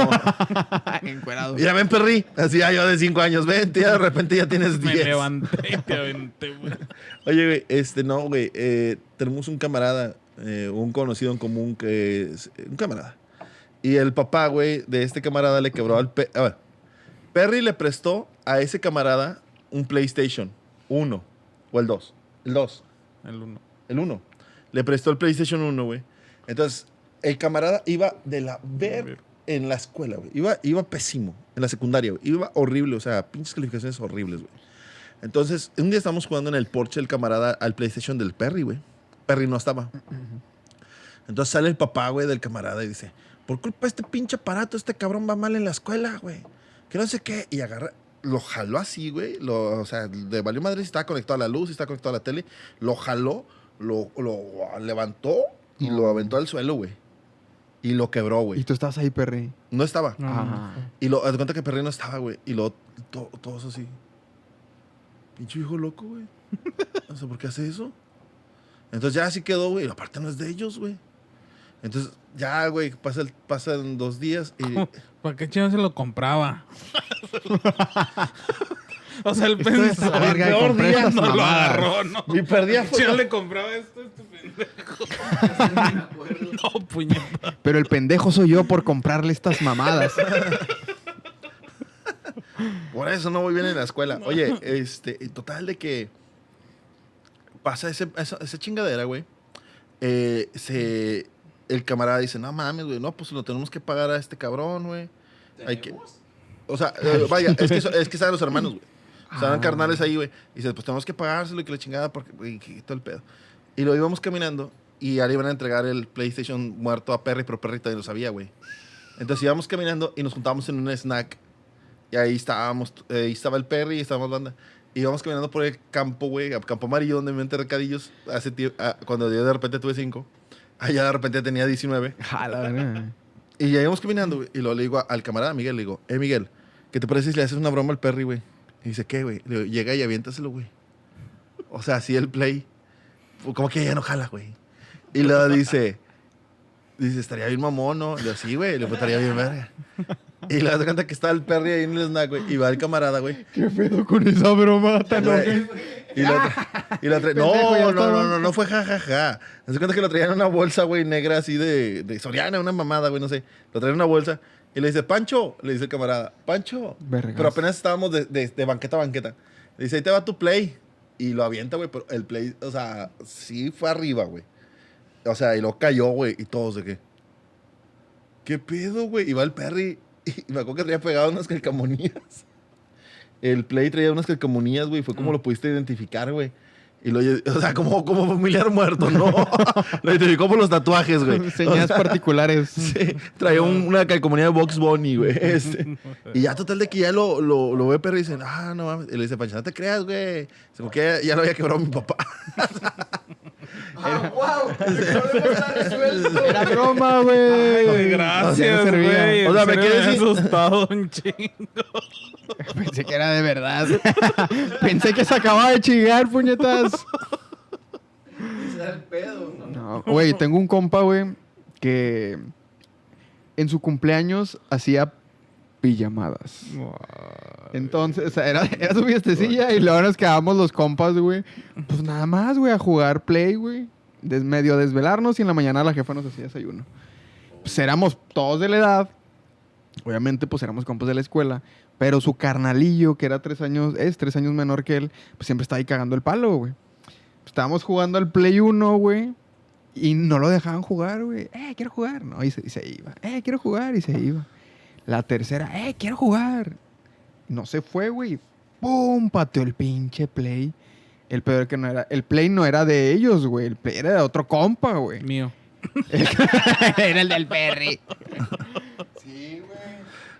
Encuerado.
Mira, ven, Perry. Así ya yo de 5 años. Ven, tía, de repente ya tienes
Me
10.
levanté y te aventé, güey.
Oye, güey, este, no, güey. eh, tenemos un camarada, eh, un conocido en común que es un camarada. Y el papá, güey, de este camarada le quebró al... Pe- a ver, Perry le prestó a ese camarada un PlayStation 1 o el 2. El 2.
El uno.
El 1. Le prestó el PlayStation 1, güey. Entonces, el camarada iba de la ver en la escuela, güey. Iba, iba pésimo en la secundaria, güey. Iba horrible, o sea, pinches calificaciones horribles, güey. Entonces, un día estábamos jugando en el Porsche el camarada al PlayStation del Perry, güey. Perry no estaba. Entonces sale el papá, güey, del camarada y dice, por culpa de este pinche aparato, este cabrón va mal en la escuela, güey. Que no sé qué. Y agarra, lo jaló así, güey. Lo, o sea, de valió madre si estaba conectado a la luz, si estaba conectado a la tele. Lo jaló, lo, lo levantó y lo aventó al suelo, güey. Y lo quebró,
Y
güey.
tú estabas ahí, perri.
No estaba.
Ajá.
Y lo, haz de cuenta que Perry no estaba, güey. Y luego, to- todos así. Pinche hijo loco, güey. O sea, ¿por qué hace eso? Entonces ya así quedó, güey. La parte no es de ellos, güey. Entonces, ya, güey, pasa el- pasan dos días y.
¿Para qué chino se lo compraba? o sea, él
Esto es
pensó.
la verga,
el peor
compré
día
estas
no lo
mamadas.
agarró, ¿no?
Mi perdida
Yo
fue.
le compraba esto a este pendejo. no, puñeta.
Pero el pendejo soy yo por comprarle estas mamadas.
Por eso no voy bien en la escuela. Oye, este, en total de que. Pasa ese, esa, esa chingadera, güey. Eh, se. El camarada dice, no mames, güey. No, pues lo tenemos que pagar a este cabrón, güey. Hay que.
¿Tenemos?
O sea, eh, vaya, es que, so- es que estaban los hermanos, güey. Estaban
Ah.
carnales ahí, güey. Y dices, pues tenemos que pagárselo y que la chingada, porque, güey, que todo el pedo. Y lo íbamos caminando y ya le iban a entregar el PlayStation muerto a Perry, pero Perry todavía lo sabía, güey. Entonces íbamos caminando y nos juntábamos en un snack. Y ahí estábamos, eh, ahí estaba el Perry y estábamos banda. Y íbamos caminando por el campo, güey, a campo amarillo donde me recadillos hace tie- ah, cuando yo de repente tuve 5. Allá de repente tenía 19.
A la verga.
Y ya íbamos caminando, güey, y luego le digo a- al camarada Miguel, le digo, eh, Miguel, ¿qué te parece si le haces una broma al Perry, güey? Y dice, ¿qué, güey? Le digo, llega y aviéntaselo, güey. O sea, así el play. Fue Como que ya no jala, güey. Y luego dice, dice, estaría bien mamón, ¿no? Le digo, sí, güey, le digo, estaría bien verga. Y le das cuenta que está el Perry ahí en el snack, güey, y va el camarada, güey.
¿Qué pedo con esa broma tan
Güey,
loca?
Y la tra- y la tra-
Pendejo, ya
No, no,
estaba.
no, no, no fue jajaja. Ja, ja. Haz de cuenta que lo traían en una bolsa, güey, negra así de, de Soriana, una mamada, güey, no sé. Lo traían en una bolsa. Y le dice, Pancho, le dice el camarada, Pancho.
Vergas.
Pero apenas estábamos de, de- de banqueta a banqueta. Le dice, ahí te va tu play. Y lo avienta, güey, pero el play, o sea, sí fue arriba, güey. O sea, y lo cayó, güey, y todos de qué. ¿Qué pedo, güey? Y va el Perry. Y me acuerdo que traía pegado unas calcamonías. El Play traía unas calcamonías, güey. Fue como
Mm.
lo pudiste identificar, güey. Y lo, lle- o sea, como, como familiar muerto, ¿no? lo identificó por los tatuajes, güey. O
Señas
sea,
particulares.
Sí, este, traía un- una calcomanía de Box Bunny, güey. Este. Y ya total de que ya lo, lo, lo ve Perry y dicen, ah, no mames. Y le dice, Pancho, no te creas, güey. Dice, Como que ya, ya lo había quebrado mi papá.
¡Ah, wow! El problema está resuelto.
Era broma, güey.
o sea, no
Gracias,
servía.
güey.
O sea, me
me
quedé
quedé
sin-
asustado un chingo.
Pensé que era de verdad. Pensé que se acababa de chingar, puñetas.
Ese era el pedo.
No, güey, tengo un compa, güey, que en su cumpleaños hacía pijamadas. Entonces, o sea, era, era su fiestecilla y luego nos quedábamos los compas, güey. Pues nada más, güey, a jugar play, güey. Des, medio desvelarnos y en la mañana la jefa nos hacía desayuno. Pues éramos todos de la edad. Obviamente, pues éramos compas de la escuela. Pero su carnalillo, que era tres años, es tres años menor que él, pues siempre estaba ahí cagando el palo, güey. Estábamos jugando al Play 1, güey. Y no lo dejaban jugar, güey. Eh, quiero jugar. No, y se, y se iba. Eh, quiero jugar. Y se iba. La tercera, eh, quiero jugar. No se fue, güey. ¡Pum! Pateó el pinche play. El peor que no era. El play no era de ellos, güey. El play era de otro compa, güey.
Mío.
era el del Perry.
Sí, güey.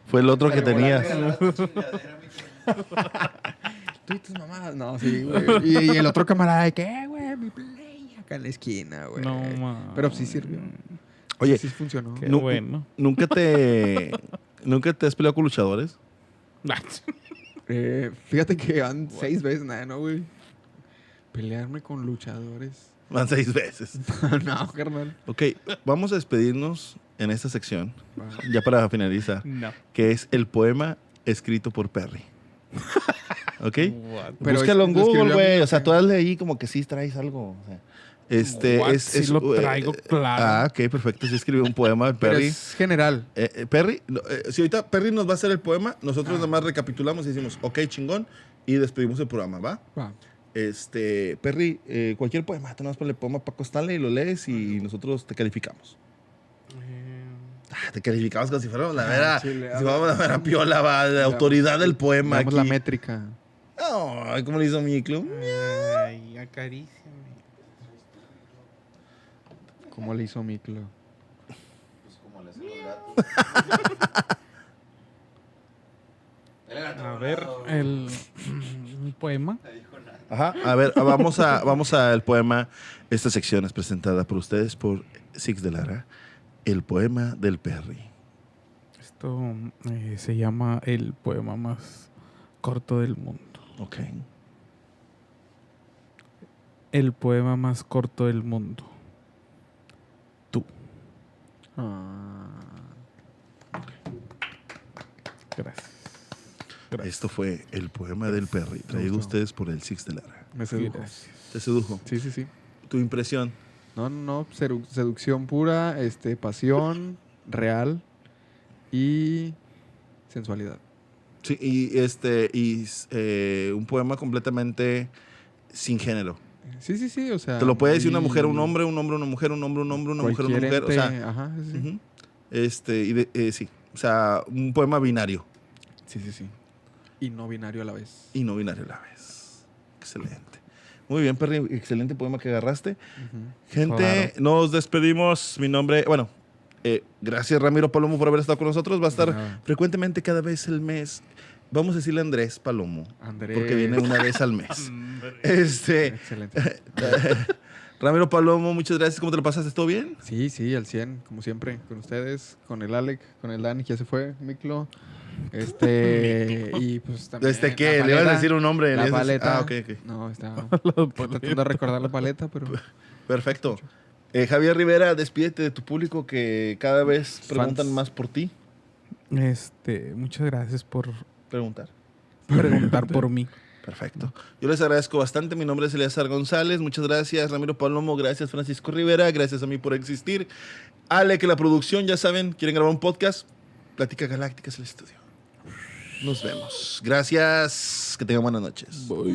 Fue el otro que
Pero
tenías.
Regalaste chingadera, mi cabrón.
Tú y tus mamás. No, sí, güey. Y, y el otro camarada, de que, "Eh, güey, mi play acá en la esquina, güey.
No, mames.
Pero sí sirvió.
Oye,
Sí funcionó.
Qué
Nu-
bueno.
¿nunca te, ¿nunca te has peleado con luchadores?
Eh, fíjate que van seis veces, nada, ¿no, güey? Pelearme con luchadores.
Van seis veces.
no, carnal.
Ok, vamos a despedirnos en esta sección, ya para finalizar,
No.
que es el poema escrito por Perry. ¿Ok?
What?
Pero
Búscalo en
es-
Google,
lo escribió a mí,
güey.
¿o
O sea,
qué?
tú hazle ahí como que sí traes algo. o sea. este
What?
es,
Sí
es-
lo
eh,
traigo claro.
Ah, ok, perfecto. Sí escribió un poema de
Pero
Perry.
es general.
Eh, eh, Perry, no, eh, si ahorita Perry nos va a hacer el poema, nosotros nada más recapitulamos y decimos, ok, chingón, y despedimos el programa, ¿va?
Va.
Este, Perry, eh, cualquier poema, tú nada más ponle poema para Paco Stanley y lo lees y nosotros te calificamos. Ah, te calificamos como si fuéramos la vera,
Eh. Ah, chile,
si
a
fuéramos la vera piola, va, la autoridad del poema
Veamos
aquí.
la métrica.
Ay, ¿cómo le hizo mi club?
Ay, acaríciame.
¿Cómo le hizo Miklo?
Pues como le hacen los gatos. Él era
A
todo
ver,
lado, güey.
el mm, un poema.
No dijo nada.
Ajá, a ver, ah, vamos a vamos al poema. Esta sección es presentada por ustedes por Six de Lara, el poema del Perry.
Esto eh, se llama el poema más corto del mundo.
Ok.
El poema más corto del mundo. Tú.
Ah,
Gracias. Gracias.
Esto fue el poema del Perry, traído a ustedes por el Six de Lara.
Me
Sí,
sedujo.
gracias.
Te sedujo.
Sí, sí, sí.
Tu impresión.
No, no, no. sedu- seducción pura, este, pasión real y sensualidad.
Sí, y este, y eh, un poema completamente sin género.
Sí, sí, sí. O sea.
Te lo puede decir una
muy-
mujer, un hombre, un hombre, una mujer, un hombre, un hombre, una mujer, una
cualquier
mujer. O sea,
ente- Ajá, sí, sí.
ujú. este, y de- eh, sí. O sea, un poema binario
Sí, sí, sí. Y no binario a la vez.
y no binario a la vez. Excelente. Muy bien, Perry. Excelente poema que agarraste. Gente, nos despedimos. Mi nombre, bueno, eh, gracias Ramiro Palomo por haber estado con nosotros. Va a estar
nada.
frecuentemente cada vez el mes. Vamos a decirle Andrés Palomo.
Andrés.
Porque viene una vez al mes. este.
Excelente.
Ramiro Palomo, muchas gracias. ¿Cómo te lo pasaste? ¿Todo bien?
Sí, sí, al 100, como siempre, con ustedes, con el Alec, con el Dani, que ya se fue, Miklo. Este, y pues también.
Este
la
que le ibas a
paleta,
decir un nombre. le
La
ibas a decir-
paleta.
Ah, ok, ok.
No, está. tratando de recordar la paleta, pero.
Perfecto. Eh, Javier Rivera, despídete de tu público que cada vez preguntan
Fans.
más por ti.
Este, muchas gracias por
Preguntar.
preguntar por mí.
Perfecto. Yo les agradezco bastante. Mi nombre es Eleazar González. Muchas gracias, Ramiro Palomo. Gracias, Francisco Rivera. Gracias a mí por existir. Ale, que la producción, ya saben, quieren grabar un podcast. Plática Galáctica es el estudio. Nos vemos. Gracias. Que tengan buenas noches.